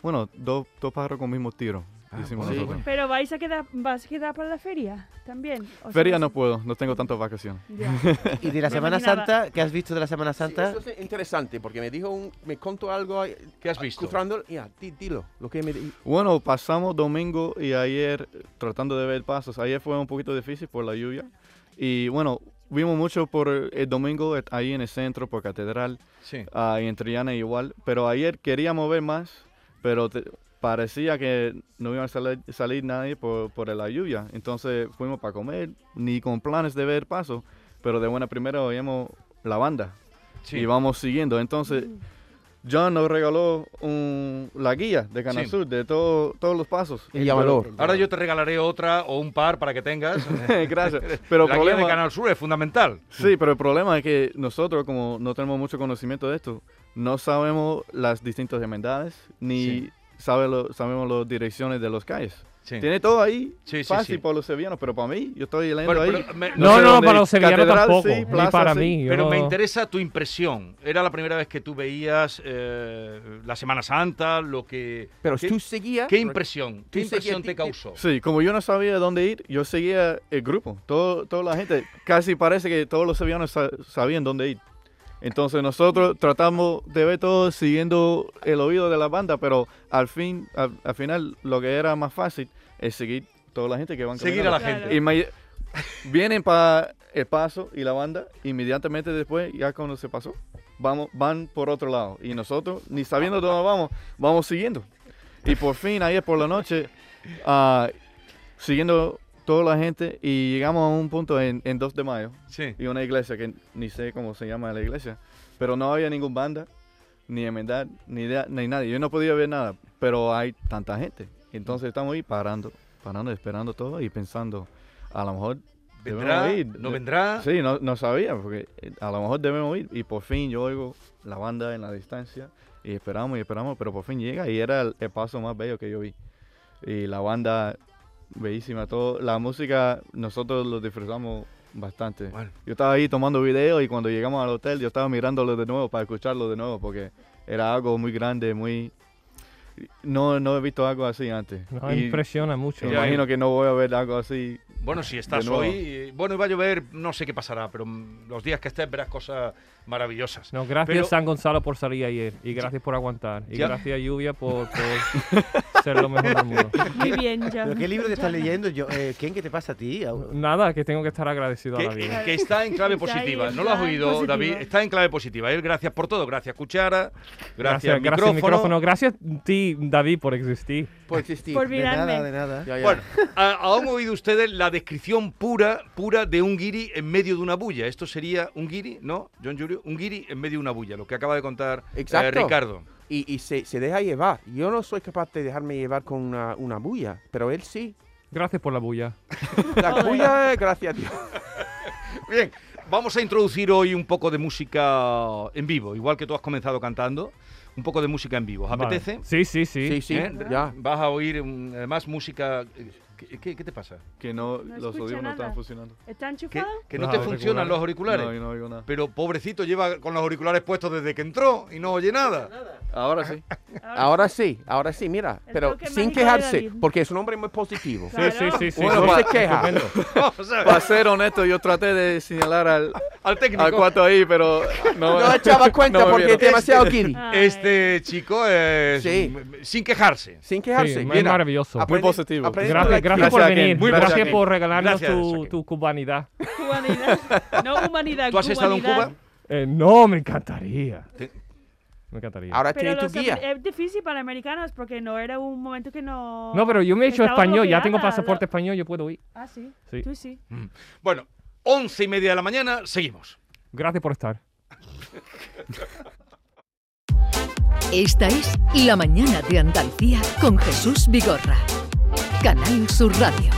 Speaker 10: bueno, dos, dos pájaros con mismo tiro. hicimos
Speaker 4: Sí.
Speaker 10: nosotros.
Speaker 4: Pero vais a quedar, vas a quedar para la feria también. ¿O
Speaker 10: Feria
Speaker 4: solo-
Speaker 10: no puedo, no tengo tantas vacaciones.
Speaker 4: Ya.
Speaker 6: ¿Y de la
Speaker 4: Me
Speaker 6: Semana
Speaker 4: imaginaba.
Speaker 6: Santa? ¿Qué has visto de la Semana
Speaker 5: Sí,
Speaker 6: Santa?
Speaker 5: eso es interesante porque me dijo, un, me contó algo.
Speaker 3: ¿Qué has visto?
Speaker 5: ya, di- dilo, lo que me di-
Speaker 10: Bueno, pasamos domingo y ayer eh, tratando de ver pasos. Ayer fue un poquito difícil por la lluvia. Y bueno, vimos mucho por eh, el domingo eh, ahí en el centro, por Catedral.
Speaker 3: Sí.
Speaker 10: ah, y en Triana igual. Pero ayer queríamos ver más, pero te- parecía que no iba a salir, salir nadie por, por la lluvia. Entonces fuimos para comer, ni con planes de ver pasos. Pero de buena primera oíamos la banda.
Speaker 3: Sí.
Speaker 10: Y vamos siguiendo. Entonces, John nos regaló un- la guía de Canal
Speaker 3: Sí.
Speaker 10: Sur, de todo- todos los pasos.
Speaker 5: El llamador.
Speaker 3: Ahora yo te regalaré otra o un par para que tengas.
Speaker 10: [LAUGHS] Gracias. Pero
Speaker 3: [LAUGHS] la guía
Speaker 10: problema-
Speaker 3: de Canal Sur es fundamental.
Speaker 10: Sí, pero el problema es que nosotros, como no tenemos mucho conocimiento de esto, no sabemos las distintas hermandades, ni sabe lo- sabemos las direcciones de las calles.
Speaker 3: Sí.
Speaker 10: Tiene todo ahí,
Speaker 3: Sí, sí,
Speaker 10: fácil
Speaker 3: sí.
Speaker 10: para los sevillanos, pero para mí, yo estoy leyendo
Speaker 3: Bueno,
Speaker 10: ahí.
Speaker 3: pero me-
Speaker 2: No,
Speaker 10: sé
Speaker 2: no,
Speaker 10: dónde
Speaker 2: para
Speaker 10: es.
Speaker 2: los sevillanos
Speaker 10: Catedral,
Speaker 2: tampoco,
Speaker 10: sí,
Speaker 2: ni
Speaker 10: plaza,
Speaker 2: para
Speaker 10: sí.
Speaker 2: mí. Yo
Speaker 3: Pero me
Speaker 2: no-
Speaker 3: interesa tu impresión. Era la primera vez que tú veías eh, la Semana Santa, lo que...
Speaker 5: Pero
Speaker 3: ¿qué,
Speaker 5: tú seguías.
Speaker 3: ¿Qué impresión? ¿Qué
Speaker 5: seguías,
Speaker 3: impresión
Speaker 5: ti-
Speaker 3: te
Speaker 5: ti-
Speaker 3: causó?
Speaker 10: Sí, como yo no sabía dónde ir, yo seguía el grupo, todo, toda la gente. Casi parece que todos los sevillanos sa- sabían dónde ir. Entonces nosotros tratamos de ver todo siguiendo el oído de la banda, pero al fin, al, al final lo que era más fácil es seguir toda la gente que van
Speaker 3: Seguir a la
Speaker 10: caminando.
Speaker 3: gente.
Speaker 10: Y me- vienen para el paso y la banda, inmediatamente después, ya cuando se pasó, vamos, van por otro lado. Y nosotros, ni sabiendo dónde vamos, vamos siguiendo. Y por fin, ayer por la noche, ah, siguiendo toda la gente, y llegamos a un punto en, en 2 de mayo,
Speaker 3: Sí.
Speaker 10: y una iglesia que ni sé cómo se llama la iglesia, pero no había ningún banda, ni hermandad, ni idea, ni nadie. Yo no podía ver nada, pero hay tanta gente. Entonces estamos ahí parando, parando, esperando todo y pensando, a lo mejor debemos
Speaker 3: ¿Vendrá?
Speaker 10: ir.
Speaker 3: ¿No vendrá?
Speaker 10: Sí, no, no sabía, porque eh, a lo mejor debemos ir. Y por fin yo oigo la banda en la distancia y esperamos y esperamos, pero por fin llega y era el, el paso más bello que yo vi. Y la banda, bellísima, todo. La música, nosotros lo disfrutamos bastante.
Speaker 3: Bueno.
Speaker 10: Yo estaba ahí tomando videos y cuando llegamos al hotel yo estaba mirándolo de nuevo para escucharlo de nuevo porque era algo muy grande, muy... No, no he visto algo así antes.
Speaker 2: No,
Speaker 10: Y
Speaker 2: impresiona mucho.
Speaker 10: me imagino que no voy a ver algo así.
Speaker 3: Bueno, si estás
Speaker 10: De nuevo.
Speaker 3: hoy... eh, Bueno, va a llover, no sé qué pasará, pero mm, los días que estés verás cosas maravillosas.
Speaker 2: No, gracias
Speaker 3: Pero-
Speaker 2: San Gonzalo por salir ayer. Y gracias por aguantar. Y
Speaker 3: Ya.
Speaker 2: gracias Lluvia por, por ser lo mejor del mundo.
Speaker 4: Muy
Speaker 6: [LAUGHS]
Speaker 4: bien, ya.
Speaker 6: ¿Pero qué libro te estás leyendo? Yo, eh, ¿Quién que te pasa a ti?
Speaker 2: Nada, que tengo que estar agradecido a la
Speaker 3: Que,
Speaker 2: vida.
Speaker 3: que está en clave
Speaker 4: Está ahí,
Speaker 3: positiva.
Speaker 4: está
Speaker 3: No lo has
Speaker 4: en
Speaker 3: oído,
Speaker 4: positiva.
Speaker 3: David. Está en clave positiva. Él, gracias por todo. Gracias, cuchara. Gracias,
Speaker 2: gracias
Speaker 3: micrófono.
Speaker 2: micrófono. Gracias a ti, David, por existir.
Speaker 5: Por existir.
Speaker 4: Por
Speaker 6: De nada,
Speaker 4: mirarme.
Speaker 6: de nada.
Speaker 5: Ya, ya.
Speaker 3: Bueno, a- han oído ustedes la descripción pura, pura de un guiri en medio de una bulla. Esto sería un guiri, ¿no, John Julio? Un guiri en medio de una bulla, lo que acaba de contar eh,
Speaker 5: Exacto.
Speaker 3: Ricardo.
Speaker 5: Y, y se, se deja llevar. Yo no soy capaz de dejarme llevar con una, una bulla, pero él sí.
Speaker 2: Gracias por la bulla.
Speaker 5: La bulla, eh, gracias a Dios.
Speaker 3: Bien, vamos a introducir hoy un poco de música en vivo, igual que tú has comenzado cantando. Un poco de música en vivo. ¿Os
Speaker 2: Vale.
Speaker 3: apetece?
Speaker 2: Sí, sí, sí.
Speaker 5: Sí, sí,
Speaker 3: ¿Eh?
Speaker 5: ya.
Speaker 3: Vas a oír, mm, además, música... eh, ¿Qué- qué, qué te pasa?
Speaker 10: Que
Speaker 4: No
Speaker 10: no, los
Speaker 4: escucha
Speaker 10: audífonos no
Speaker 4: nada.
Speaker 10: están funcionando.
Speaker 4: ¿Está
Speaker 3: que,
Speaker 4: enchufado?
Speaker 3: que no
Speaker 2: Los
Speaker 3: te
Speaker 2: auriculares.
Speaker 3: funcionan los auriculares.
Speaker 10: No, yo no oigo nada.
Speaker 3: Pero pobrecito lleva con los auriculares puestos desde que entró y no oye nada.
Speaker 10: Ahora sí.
Speaker 3: Ah,
Speaker 5: Ahora sí, ahora sí, mira.
Speaker 4: El
Speaker 5: Pero
Speaker 4: toque
Speaker 5: sin
Speaker 4: mágico de
Speaker 5: quejarse,
Speaker 4: David.
Speaker 5: porque es un hombre muy positivo.
Speaker 2: Sí, sí,
Speaker 4: Claro.
Speaker 2: sí, sí.
Speaker 10: Bueno,
Speaker 5: no
Speaker 10: pa-
Speaker 5: se queja.
Speaker 2: Estupendo.
Speaker 3: [LAUGHS] Vamos a ver,
Speaker 10: Para ser honesto, yo traté de señalar al,
Speaker 3: Al técnico.
Speaker 10: al cuarto ahí, pero [LAUGHS] no,
Speaker 5: No echaba cuenta
Speaker 10: no me
Speaker 5: porque es
Speaker 10: vieron.
Speaker 5: demasiado guiri.
Speaker 4: Ay. [LAUGHS]
Speaker 3: Este chico es
Speaker 5: Sí.
Speaker 3: m- m- sin quejarse.
Speaker 5: Sin
Speaker 2: Sí,
Speaker 5: quejarse.
Speaker 2: es
Speaker 5: Mira,
Speaker 2: maravilloso.
Speaker 5: aprende-
Speaker 10: positivo.
Speaker 5: aprende
Speaker 2: Gracias,
Speaker 5: de la
Speaker 2: gracias por
Speaker 10: Gracias, Joaquín.
Speaker 2: venir.
Speaker 10: Muy
Speaker 2: gracias
Speaker 10: gracias,
Speaker 2: por regalarnos
Speaker 3: Gracias,
Speaker 2: tu,
Speaker 3: Joaquín.
Speaker 2: tu cubanidad.
Speaker 4: Cubanidad. No humanidad.
Speaker 3: ¿Tú has estado en
Speaker 4: cubanidad.
Speaker 3: Cuba?
Speaker 2: Eh, no, me encantaría.
Speaker 3: Te-
Speaker 2: Me encantaría.
Speaker 5: Ahora
Speaker 4: Pero
Speaker 5: tiene tu
Speaker 4: los em-
Speaker 5: guía.
Speaker 4: amer- es difícil para americanos porque no era un momento que no.
Speaker 2: no, pero yo me he hecho
Speaker 4: Estaba
Speaker 2: español. Ya
Speaker 4: bloqueada,
Speaker 2: tengo pasaporte
Speaker 4: lo-
Speaker 2: español, yo puedo ir.
Speaker 4: Ah, sí.
Speaker 2: Sí.
Speaker 4: Tú sí.
Speaker 3: Bueno, once y media de la mañana, seguimos.
Speaker 2: Gracias por estar.
Speaker 1: Esta es La Mañana de Andalucía con Jesús Vigorra. Canal Sur Radio.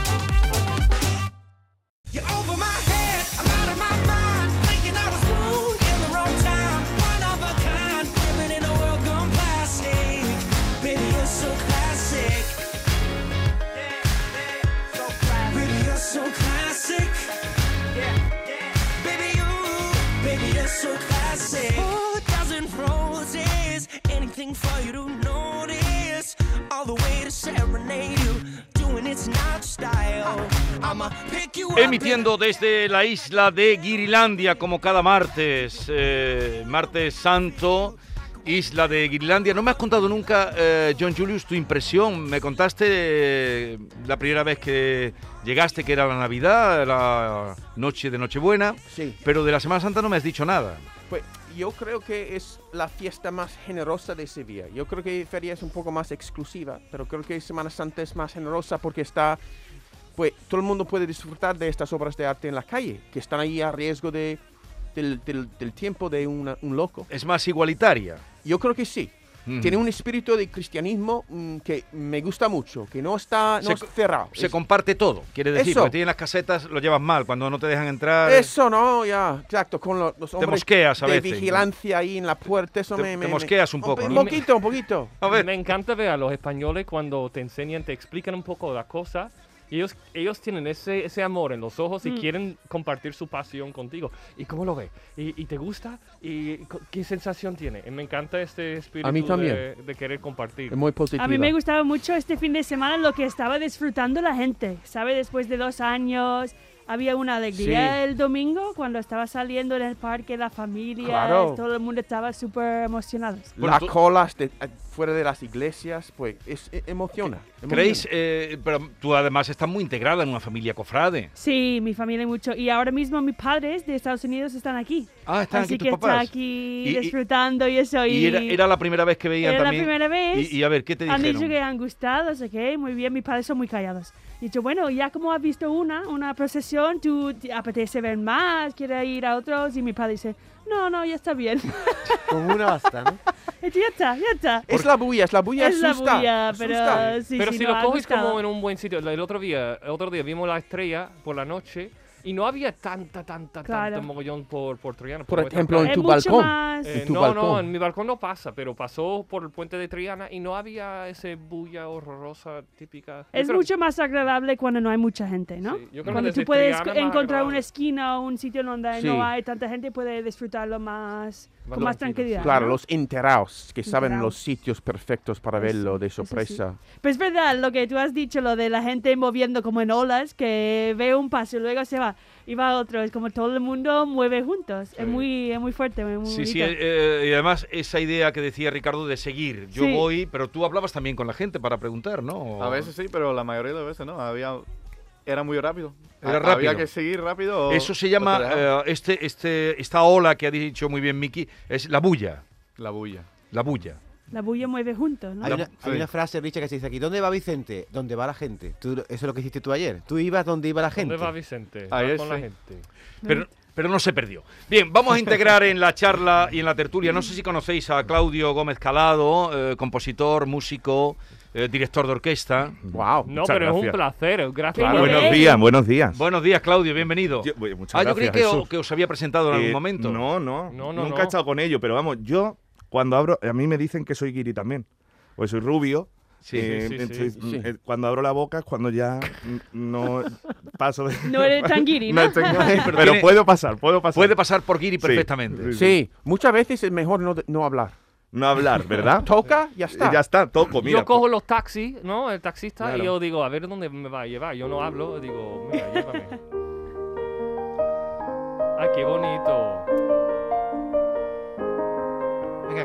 Speaker 11: Four dozen roses, anything for you to know.
Speaker 3: Emitiendo desde la isla de Guirilandia, como cada martes, eh, martes santo, isla de Guirilandia. No me has contado nunca, eh, John Julius, tu impresión. Me contaste eh, la primera vez que llegaste, que era la Navidad, la noche de Nochebuena,
Speaker 5: Sí.
Speaker 3: pero de la Semana Santa no me has dicho nada.
Speaker 5: Pues yo creo que es la fiesta más generosa de Sevilla. Yo creo que Feria es un poco más exclusiva, pero creo que Semana Santa es más generosa porque está, pues todo el mundo puede disfrutar de estas obras de arte en la calle, que están ahí a riesgo de, del, del- del tiempo de una- un loco.
Speaker 3: Es más igualitaria.
Speaker 5: Yo creo que sí.
Speaker 3: Ujú.
Speaker 5: Tiene un espíritu de cristianismo mm, que me gusta mucho, que no está no
Speaker 3: Se
Speaker 5: es
Speaker 3: co-
Speaker 5: cerrado.
Speaker 3: Se
Speaker 5: Es-
Speaker 3: comparte todo, quiere decir,
Speaker 5: Eso.
Speaker 3: porque tienen las casetas, lo llevas mal, cuando no te dejan entrar.
Speaker 5: eso no, ya, exacto, con lo- los
Speaker 3: Te
Speaker 5: hombres
Speaker 3: mosqueas a
Speaker 5: de
Speaker 3: veces, ¿no?
Speaker 5: vigilancia ahí en la puerta, eso
Speaker 3: Te-
Speaker 5: me,
Speaker 3: te
Speaker 5: me- me-
Speaker 3: mosqueas un poco,
Speaker 5: Un
Speaker 3: ¿no?
Speaker 5: poquito, un poquito.
Speaker 2: Me encanta ver a los españoles cuando te enseñan, te explican un poco la cosa. Y ellos, ellos tienen ese, ese amor en los ojos y
Speaker 4: Mm.
Speaker 2: quieren compartir su pasión contigo. ¿Y cómo lo ves? ¿Y, y te gusta? ¿Y co- qué sensación tiene? Y me encanta este espíritu De,
Speaker 5: también.
Speaker 2: de querer compartir.
Speaker 5: Es muy positivo.
Speaker 4: A mí me gustaba mucho este fin de semana lo que estaba disfrutando la gente, ¿sabe? Después de dos años había una alegría el domingo cuando estaba saliendo en el parque la familia,
Speaker 5: Claro.
Speaker 4: todo el mundo estaba súper emocionado.
Speaker 5: Las colas de- a- fuera de las iglesias, pues, es, e- emociona.
Speaker 3: ¿Creéis?
Speaker 5: emociona.
Speaker 3: eh, pero tú además estás muy integrada en una familia cofrade.
Speaker 4: Sí, mi familia mucho. Y ahora mismo mis padres de Estados Unidos están aquí.
Speaker 3: Ah, están
Speaker 4: Así
Speaker 3: aquí tus
Speaker 4: que está
Speaker 3: papás.
Speaker 4: aquí
Speaker 3: Y- y-
Speaker 4: disfrutando y eso. Y,
Speaker 3: Y era, era la primera vez que veían
Speaker 4: era la
Speaker 3: también.
Speaker 4: primera vez.
Speaker 3: Y, y a ver, ¿qué te
Speaker 4: Han dicho
Speaker 3: dijeron?
Speaker 4: que han gustado, sé que muy bien, mis padres son muy callados. He dicho, bueno, ya como has visto una, una procesión, tú te apetece ver más, quieres ir a otros, y mi padre dice, no, no, ya está bien. [LAUGHS]
Speaker 6: Con una basta, ¿no?
Speaker 4: He dicho, ya está, ya está.
Speaker 5: Es la bulla, es la bulla,
Speaker 4: Es la
Speaker 5: asusta,
Speaker 4: bulla,
Speaker 5: asusta.
Speaker 4: pero sí,
Speaker 2: Pero
Speaker 4: sí,
Speaker 2: si
Speaker 4: no,
Speaker 2: lo
Speaker 4: ha
Speaker 2: coges
Speaker 4: gustado.
Speaker 2: como en un buen sitio, el otro día, el otro día vimos la estrella por la noche y no había tanta, tanta,
Speaker 4: Claro.
Speaker 2: tanta mogollón por, por Triana.
Speaker 5: Por
Speaker 2: nuestra
Speaker 5: ejemplo, en
Speaker 2: calle.
Speaker 5: tu
Speaker 4: mucho
Speaker 5: balcón.
Speaker 4: más-
Speaker 2: Eh,
Speaker 5: En tu
Speaker 2: no, no,
Speaker 5: balcón.
Speaker 2: en mi balcón no pasa, pero pasó por el puente de Triana y no había ese bulla horrorosa típica. Yo
Speaker 4: Es
Speaker 2: creo-
Speaker 4: mucho más agradable cuando no hay mucha gente, ¿no?
Speaker 2: Sí, yo creo que
Speaker 4: cuando tú
Speaker 2: desde
Speaker 4: puedes
Speaker 2: Triana
Speaker 4: co-
Speaker 2: es más
Speaker 4: encontrar
Speaker 2: agradable.
Speaker 4: una esquina o un sitio donde
Speaker 5: Sí.
Speaker 4: no hay tanta gente, puedes disfrutarlo más,
Speaker 2: Más
Speaker 4: con más
Speaker 2: tranquilo,
Speaker 4: tranquilidad.
Speaker 5: Claro,
Speaker 4: ¿no?
Speaker 5: los enterados que saben
Speaker 4: Enterados.
Speaker 5: los sitios perfectos para
Speaker 4: Eso,
Speaker 5: verlo de
Speaker 4: eso sí.
Speaker 5: sorpresa.
Speaker 4: Pues es verdad lo que tú has dicho, lo de la gente moviendo como en olas, que ve un paso y luego se va y va a otro. Es como todo el mundo mueve juntos. Es, muy, es muy fuerte, es muy
Speaker 3: Sí, sí,
Speaker 4: bonito.
Speaker 3: eh, eh, y además esa idea que decía Ricardo de seguir. Yo
Speaker 4: Sí.
Speaker 3: voy, pero tú hablabas también con la gente para preguntar, ¿no?
Speaker 10: A veces sí, pero la mayoría de veces no. Había, era muy rápido.
Speaker 3: Era
Speaker 10: Había
Speaker 3: rápido.
Speaker 10: que seguir rápido. o-
Speaker 3: Eso se
Speaker 10: o te
Speaker 3: llama,
Speaker 10: dejaban.
Speaker 3: eh, este, este, esta ola que ha dicho muy bien Miki, es la bulla,
Speaker 10: la bulla.
Speaker 3: la bulla.
Speaker 4: La bulla mueve juntos, ¿no?
Speaker 6: Hay una, hay
Speaker 10: sí.
Speaker 6: una frase, Richard, que se dice aquí: ¿Dónde va Vicente? ¿Dónde va la gente? Tú- eso es lo que hiciste tú ayer. Tú ibas donde iba la gente.
Speaker 2: ¿Dónde va Vicente?
Speaker 10: Ahí
Speaker 2: Va
Speaker 10: es,
Speaker 2: con la
Speaker 10: sí.
Speaker 2: gente.
Speaker 4: Mm.
Speaker 3: Pero, pero no se perdió. Bien, vamos a integrar en la charla y en la tertulia. No sé si conocéis a Claudio Gómez Calado, eh, compositor, músico, eh, director de orquesta.
Speaker 5: Wow.
Speaker 2: No,
Speaker 11: Muchas
Speaker 2: pero es un
Speaker 11: gracias.
Speaker 2: placer. Gracias.
Speaker 4: Claro,
Speaker 2: por
Speaker 4: bueno,
Speaker 11: Buenos
Speaker 2: venir.
Speaker 4: Ey.
Speaker 11: días, buenos días.
Speaker 3: Buenos días, Claudio, bienvenido.
Speaker 11: Yo- bueno, muchas
Speaker 3: ah, yo creí
Speaker 11: gracias,
Speaker 3: que, o-
Speaker 11: Jesús.
Speaker 3: que os había presentado en
Speaker 11: Eh,
Speaker 3: algún momento.
Speaker 11: No, no,
Speaker 2: No, no,
Speaker 11: nunca
Speaker 2: no.
Speaker 11: he estado con ello, pero vamos, yo cuando abro, a mí me dicen que soy guiri también, pues soy rubio.
Speaker 3: Sí,
Speaker 11: eh,
Speaker 2: sí, sí,
Speaker 11: entonces,
Speaker 5: sí.
Speaker 11: mm, eh, Cuando abro la boca es cuando ya mm,
Speaker 3: [LAUGHS]
Speaker 11: no paso de...
Speaker 4: No eres tan guiri, ¿no?
Speaker 11: [LAUGHS] No tengo- pero
Speaker 3: tiene-
Speaker 11: puedo pasar, puedo pasar.
Speaker 3: Puede pasar por Giri
Speaker 11: Sí,
Speaker 3: perfectamente.
Speaker 11: sí,
Speaker 5: Sí, muchas veces es mejor no, no hablar.
Speaker 11: No hablar,
Speaker 3: [LAUGHS]
Speaker 11: ¿verdad?
Speaker 5: Toca, ya
Speaker 11: Eh,
Speaker 5: está.
Speaker 11: Ya está, toco, mira. pues,
Speaker 2: yo cojo los taxis, ¿no? El taxista
Speaker 11: Claro.
Speaker 2: y yo digo, a ver dónde me va a llevar. Yo no hablo, digo, mira, [LAUGHS] llévame. ah, qué bonito.
Speaker 6: Venga,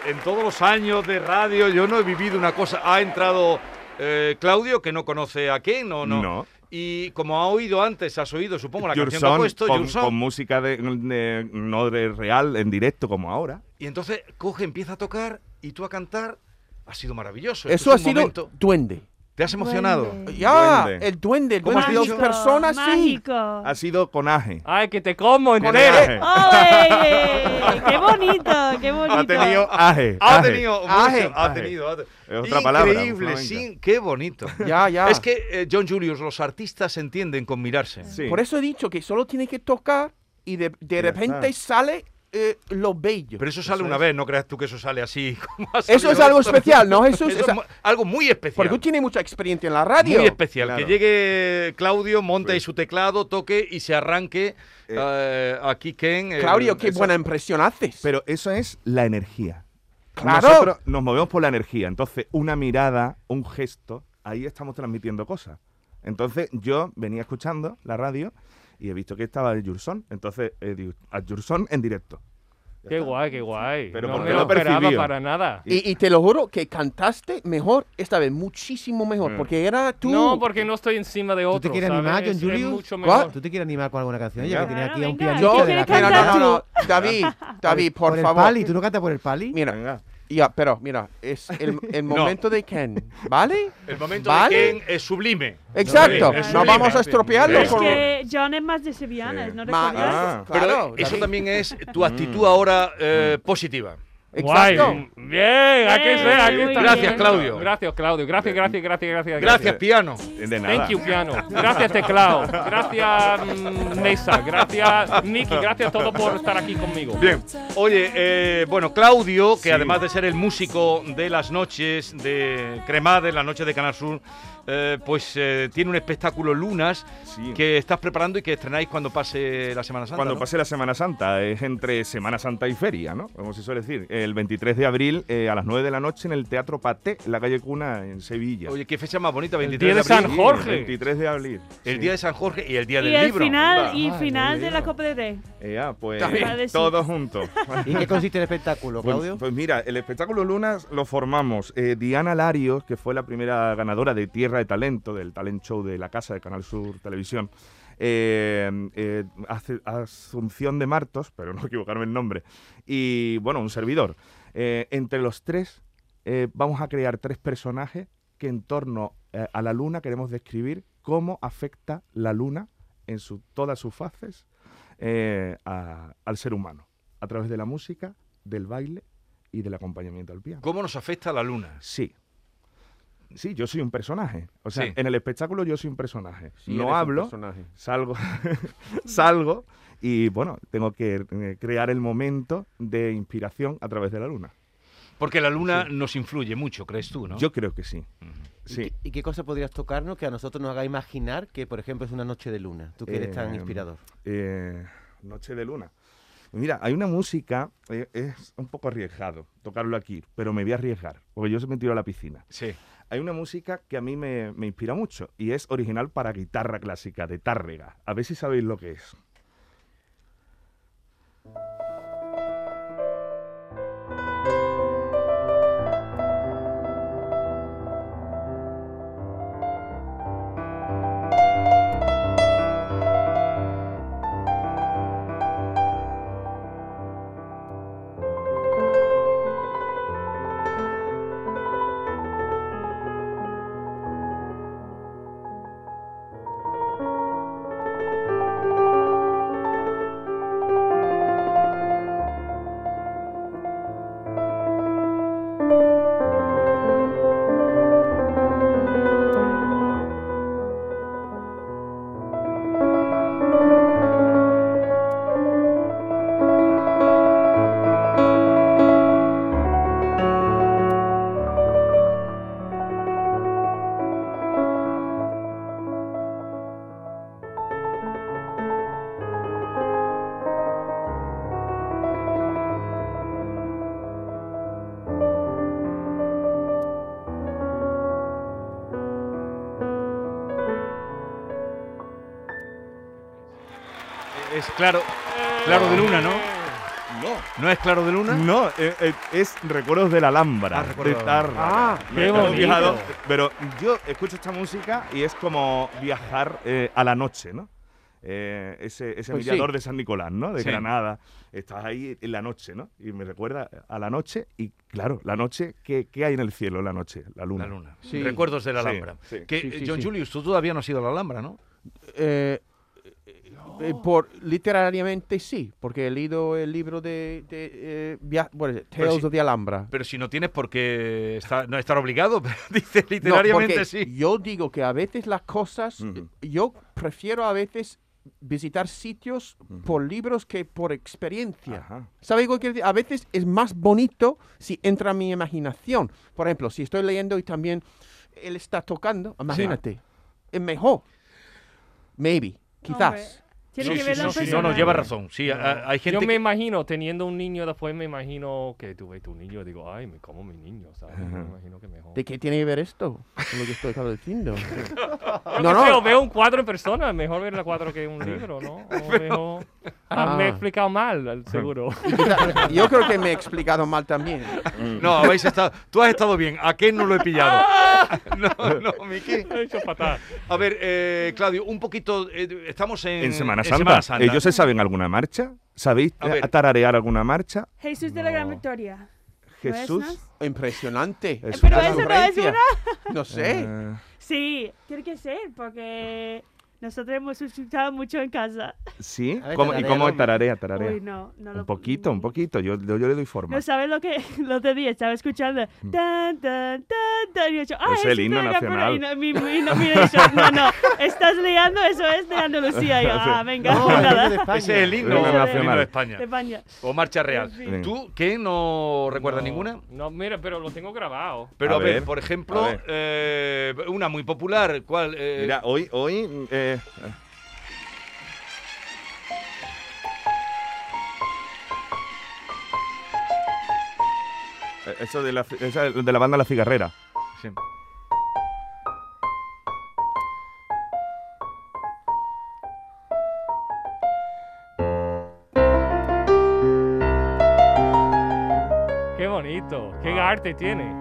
Speaker 3: en todos los años de radio yo no he vivido una cosa. Ha entrado eh, Claudio, que no conoce a quién, ¿o no?
Speaker 11: No.
Speaker 3: Y como ha oído antes, has oído, supongo, la
Speaker 11: Your
Speaker 3: canción que ha
Speaker 11: Song,
Speaker 3: puesto,
Speaker 11: con,
Speaker 3: Your Song.
Speaker 11: con música de, de- no de real, en directo como ahora.
Speaker 3: Y entonces coge, empieza a tocar y tú a cantar. Ha sido maravilloso.
Speaker 5: Eso
Speaker 3: Esto
Speaker 5: ha
Speaker 3: es un
Speaker 5: sido
Speaker 3: momento-
Speaker 5: duende.
Speaker 3: ¿Te has emocionado?
Speaker 5: Ya,
Speaker 11: Duende.
Speaker 5: el duende, el
Speaker 11: ¿Cómo
Speaker 5: duende
Speaker 11: has
Speaker 5: de dos
Speaker 11: dicho?
Speaker 5: personas, sí.
Speaker 4: Mágico.
Speaker 11: Ha sido con Aje.
Speaker 2: Ay, que te como
Speaker 3: E
Speaker 11: entero.
Speaker 4: ¡Ole! ¡Qué bonito! ¡Qué bonito!
Speaker 11: Ha tenido Aje.
Speaker 3: Ha
Speaker 11: aje.
Speaker 3: tenido, mucho,
Speaker 5: Aje.
Speaker 3: ha
Speaker 11: Aje.
Speaker 3: tenido, ha tenido.
Speaker 11: Es otra palabra,
Speaker 3: Increíble,
Speaker 11: flamenca.
Speaker 3: sí, qué bonito.
Speaker 5: Ya, ya.
Speaker 3: Es que, eh, John Julius, los artistas se entienden con mirarse.
Speaker 11: Sí.
Speaker 5: Por eso he dicho que solo tiene que tocar y de, de repente sale eh, lo bello.
Speaker 3: Pero eso sale una vez, no creas tú que eso sale así. [LAUGHS] como ha
Speaker 5: Eso
Speaker 3: salido
Speaker 5: es algo
Speaker 3: esto. [LAUGHS]
Speaker 5: especial, ¿no, Jesús?
Speaker 3: Eso
Speaker 5: Esa-
Speaker 3: es mu- algo muy especial.
Speaker 5: porque tú tienes mucha experiencia en la radio.
Speaker 3: Muy especial.
Speaker 11: Claro.
Speaker 3: Que llegue Claudio, monte
Speaker 11: Sí.
Speaker 3: ahí su teclado, toque y se arranque eh, aquí Ken. eh,
Speaker 5: Claudio, qué
Speaker 3: esa-
Speaker 5: buena impresión haces.
Speaker 11: Pero eso es la energía.
Speaker 5: Claro.
Speaker 11: Nosotros nos movemos por la energía. Entonces, una mirada, un gesto, ahí estamos transmitiendo cosas. Entonces, yo venía escuchando la radio y he visto que estaba el Jurson. Entonces, eh, digo, a Jurson en directo.
Speaker 2: Qué guay, qué guay.
Speaker 11: Pero
Speaker 2: no
Speaker 11: ¿por
Speaker 2: me
Speaker 11: qué
Speaker 2: lo
Speaker 11: lo
Speaker 2: esperaba
Speaker 11: percibió?
Speaker 2: para nada.
Speaker 5: y, y te lo juro que cantaste mejor esta vez, muchísimo mejor,
Speaker 11: Mm.
Speaker 5: porque era tú.
Speaker 2: No, porque no estoy encima de otro.
Speaker 6: ¿Tú te quieres
Speaker 2: ¿sabes?
Speaker 6: animar, John
Speaker 2: Es
Speaker 6: Julius?
Speaker 2: mucho mejor.
Speaker 6: Ah, ¿Tú te quieres animar con alguna canción? Ya
Speaker 11: Venga.
Speaker 6: que tienes aquí a un
Speaker 4: Claro, venga.
Speaker 6: pianista
Speaker 4: ¿Qué
Speaker 5: yo.
Speaker 6: de la
Speaker 4: quieres
Speaker 5: Mira, no,
Speaker 6: casa.
Speaker 5: no,
Speaker 4: cantar
Speaker 5: no, David, David, por,
Speaker 6: el
Speaker 5: favor.
Speaker 6: pali, ¿tú no cantas por el pali?
Speaker 5: Mira,
Speaker 11: Venga.
Speaker 5: ya, pero mira, es el, el
Speaker 3: [LAUGHS]
Speaker 5: momento de Ken, ¿vale?
Speaker 3: El momento
Speaker 5: ¿Vale?
Speaker 3: de Ken es sublime.
Speaker 5: Exacto,
Speaker 3: Es
Speaker 5: no
Speaker 3: sublime.
Speaker 5: vamos a estropearlo.
Speaker 4: Es
Speaker 5: con-
Speaker 4: que John es más de sevillanas,
Speaker 11: Sí.
Speaker 4: ¿no
Speaker 5: Ma-
Speaker 4: recuerdas?
Speaker 11: Ah,
Speaker 3: Pero
Speaker 5: claro,
Speaker 3: eso
Speaker 5: David. Mm.
Speaker 3: también es
Speaker 5: [LAUGHS]
Speaker 3: tu actitud ahora eh, positiva.
Speaker 2: Guay.
Speaker 5: Exacto.
Speaker 2: Bien, aquí está, aquí
Speaker 4: Muy
Speaker 2: está.
Speaker 3: Gracias, bien. Claudio.
Speaker 2: Gracias, Claudio. Gracias, gracias, gracias, gracias.
Speaker 3: Gracias, piano.
Speaker 11: De nada.
Speaker 2: Thank you, piano. Gracias, teclado. Gracias, mm, mesa. Gracias, Nicky. Gracias a todos por estar aquí conmigo.
Speaker 3: Bien. Oye, eh, bueno, Claudio, que
Speaker 11: Sí.
Speaker 3: además de ser el músico de las noches de Cremades, las noches de Canal Sur, eh, pues eh, tiene un espectáculo Lunas
Speaker 11: Sí.
Speaker 3: que estás preparando y que estrenáis cuando pase la Semana Santa.
Speaker 11: Cuando
Speaker 3: ¿no?
Speaker 11: pase la Semana Santa, es entre Semana Santa y Feria, ¿no? Como se suele decir. El 23 de abril eh, a las 9 de la noche en el Teatro Paté, en la calle Cuna, en Sevilla.
Speaker 3: Oye, qué fecha más bonita,
Speaker 2: El
Speaker 3: 23
Speaker 2: día de
Speaker 3: abril.
Speaker 2: San Jorge.
Speaker 11: 23 de abril.
Speaker 3: El
Speaker 11: Sí.
Speaker 3: día de San Jorge y el día
Speaker 4: Y
Speaker 3: del
Speaker 4: el
Speaker 3: libro.
Speaker 4: final, y
Speaker 11: Ah,
Speaker 4: final
Speaker 11: el
Speaker 4: de la
Speaker 11: libro.
Speaker 4: Copa del Rey.
Speaker 11: Eh, ah, pues
Speaker 4: También.
Speaker 11: todos juntos.
Speaker 6: ¿Y en qué consiste el espectáculo,
Speaker 11: Pues-
Speaker 6: Claudio?
Speaker 11: Pues, mira, el espectáculo Lunas lo formamos eh, Diana Larios, que fue la primera ganadora de Tierra de Talento, del talent show de la casa de Canal Sur Televisión. eh, eh, Ace- Asunción de Martos, pero no equivocarme el nombre. Y bueno, un servidor. Eh, entre los tres eh, vamos a crear tres personajes que en torno eh, a la luna queremos describir cómo afecta la luna en su- todas sus faces eh, a- al ser humano, a través de la música, del baile y del acompañamiento al piano.
Speaker 3: ¿Cómo nos afecta la luna?
Speaker 11: Sí. Sí, yo soy un personaje. O sea, eh,
Speaker 3: Sí.
Speaker 11: en el espectáculo yo soy un personaje.
Speaker 5: Sí, eres
Speaker 11: no
Speaker 5: un
Speaker 11: hablo,
Speaker 5: personaje.
Speaker 11: salgo, [LAUGHS] salgo y bueno, tengo que eh, crear el momento de inspiración a través de la luna.
Speaker 3: Porque la luna nos influye mucho, crees tú, ¿no?
Speaker 11: Yo creo que sí.
Speaker 6: ¿Y
Speaker 11: Sí.
Speaker 6: qué- ¿Y qué cosa podrías tocarnos que a nosotros nos haga imaginar que, por ejemplo, es una noche de luna? Tú que eres tan
Speaker 11: Eh,
Speaker 6: inspirador.
Speaker 11: eh, Noche de Luna. Mira, hay una música, eh, es un poco arriesgado tocarlo aquí, pero me voy a arriesgar, porque yo se me tiro a la piscina.
Speaker 3: Sí.
Speaker 11: Hay una música que a mí me, me inspira mucho y es original para guitarra clásica de Tárrega. A ver si sabéis lo que es.
Speaker 5: Wow.
Speaker 3: Es claro, claro
Speaker 4: Eh,
Speaker 3: de luna, ¿no?
Speaker 11: No.
Speaker 3: ¿No es claro de luna?
Speaker 11: No, eh, eh, es Recuerdos de la Alhambra.
Speaker 3: Recuerdos
Speaker 11: de
Speaker 3: de la
Speaker 11: Tarra.
Speaker 3: Ah,
Speaker 11: Me
Speaker 3: qué
Speaker 11: he
Speaker 3: bonito.
Speaker 11: fijado, Pero yo escucho esta música y es como viajar eh, a la noche, ¿no? Eh, ese ese
Speaker 3: Pues sí.
Speaker 11: mirador de San Nicolás, ¿no? De
Speaker 3: Sí.
Speaker 11: Granada. Estás ahí en la noche, ¿no? Y me recuerda a la noche y, claro, la noche, ¿qué, qué hay en el cielo la noche? La luna.
Speaker 3: La luna. Recuerdos de la
Speaker 11: Sí,
Speaker 3: Alhambra.
Speaker 11: sí.
Speaker 3: Que,
Speaker 11: Sí,
Speaker 3: eh,
Speaker 11: sí,
Speaker 3: John
Speaker 11: sí.
Speaker 3: Julius, tú todavía no has ido a la Alhambra, ¿no?
Speaker 5: Eh, eh, por literariamente sí, porque he leído el libro de, de, eh, via- bueno,
Speaker 3: Pero
Speaker 5: Tales
Speaker 3: si-
Speaker 5: of the Alhambra.
Speaker 3: Pero si no tienes por qué estar- no estar obligado, [LAUGHS] pero dice
Speaker 5: No,
Speaker 3: literariamente
Speaker 5: porque
Speaker 3: sí.
Speaker 5: Yo digo que a veces las cosas, yo prefiero a veces visitar sitios por libros que por experiencia. ¿Sabes lo que quiero decir? A veces es más bonito si entra mi imaginación. Por ejemplo, si estoy leyendo y también él está tocando, imagínate, es mejor. Maybe, quizás.
Speaker 4: Tiene
Speaker 3: Sí,
Speaker 4: que
Speaker 3: sí,
Speaker 4: ver la
Speaker 3: sí, sí,
Speaker 4: persona.
Speaker 3: no, no, lleva razón. Sí, a- a- hay gente
Speaker 2: Yo
Speaker 3: que-
Speaker 2: me imagino, teniendo un niño, después me imagino que tuve tu niño, digo, ay, me como mi niño, ¿sabes? Me imagino que mejor.
Speaker 5: ¿De qué tiene que ver esto? Con lo que estoy diciendo. no,
Speaker 2: Yo qué
Speaker 5: no.
Speaker 2: sé, o veo un cuadro en persona, mejor ver el cuadro que un libro, ¿no?
Speaker 3: [LAUGHS]
Speaker 2: O mejor... Ah, Me he explicado mal, seguro. [LAUGHS]
Speaker 5: Yo creo que me he explicado mal también.
Speaker 3: No, habéis estado. Tú has estado bien. ¿A qué no lo he pillado?
Speaker 4: [LAUGHS]
Speaker 3: No, no, Miki.
Speaker 2: He hecho fatal.
Speaker 3: A ver, eh, Claudio, un poquito. eh, estamos en.
Speaker 11: En Semana Santa. ¿Ellos se saben alguna marcha? ¿Sabéis
Speaker 3: A ver.
Speaker 11: tararear alguna marcha?
Speaker 4: Jesús de la Gran Victoria. ¿No es,
Speaker 11: Jesús.
Speaker 4: no?
Speaker 5: Impresionante.
Speaker 11: Es
Speaker 4: Pero eso
Speaker 11: una
Speaker 4: no es
Speaker 11: ocurrencia.
Speaker 4: una.
Speaker 5: No sé.
Speaker 4: Sí, tiene que ser, porque nosotros hemos escuchado mucho en casa.
Speaker 11: ¿Sí?
Speaker 4: A ver,
Speaker 11: ¿Cómo- ¿Y
Speaker 4: tararea,
Speaker 11: cómo
Speaker 4: hombre.
Speaker 11: tararea, tararea?
Speaker 4: Uy, no, no lo- Mm.
Speaker 11: un poquito, un poquito. Yo, yo, yo le doy forma.
Speaker 4: No sabes lo que [LAUGHS] lo otro día estaba escuchando. Tan, tan, tan, tan, y yo, ah,
Speaker 11: Es el
Speaker 4: Jesús de
Speaker 11: himno
Speaker 4: la Gran Victoria", y
Speaker 11: nacional.
Speaker 4: no, mi- mi- no, mira, y yo, no, no, estás liando, eso es de Andalucía. Y yo, ah, venga,
Speaker 3: No,
Speaker 4: pues
Speaker 3: es
Speaker 4: [LAUGHS] nada.
Speaker 3: de España. Ese es el himno
Speaker 4: Eso de-
Speaker 3: nacional. de España.
Speaker 4: De España.
Speaker 3: O marcha real.
Speaker 4: En fin.
Speaker 3: ¿Tú qué? ¿No recuerdas ninguna?
Speaker 2: No, mira, pero lo tengo grabado.
Speaker 3: Pero a,
Speaker 11: A
Speaker 3: ver,
Speaker 11: ver,
Speaker 3: por ejemplo,
Speaker 11: a ver.
Speaker 3: eh, una muy popular. ¿Cuál? Eh,
Speaker 11: Mira, hoy, hoy. eh, eh, Eso de la, ci- esa de la banda La Cigarrera.
Speaker 3: Sí.
Speaker 2: Qué bonito, qué arte tiene.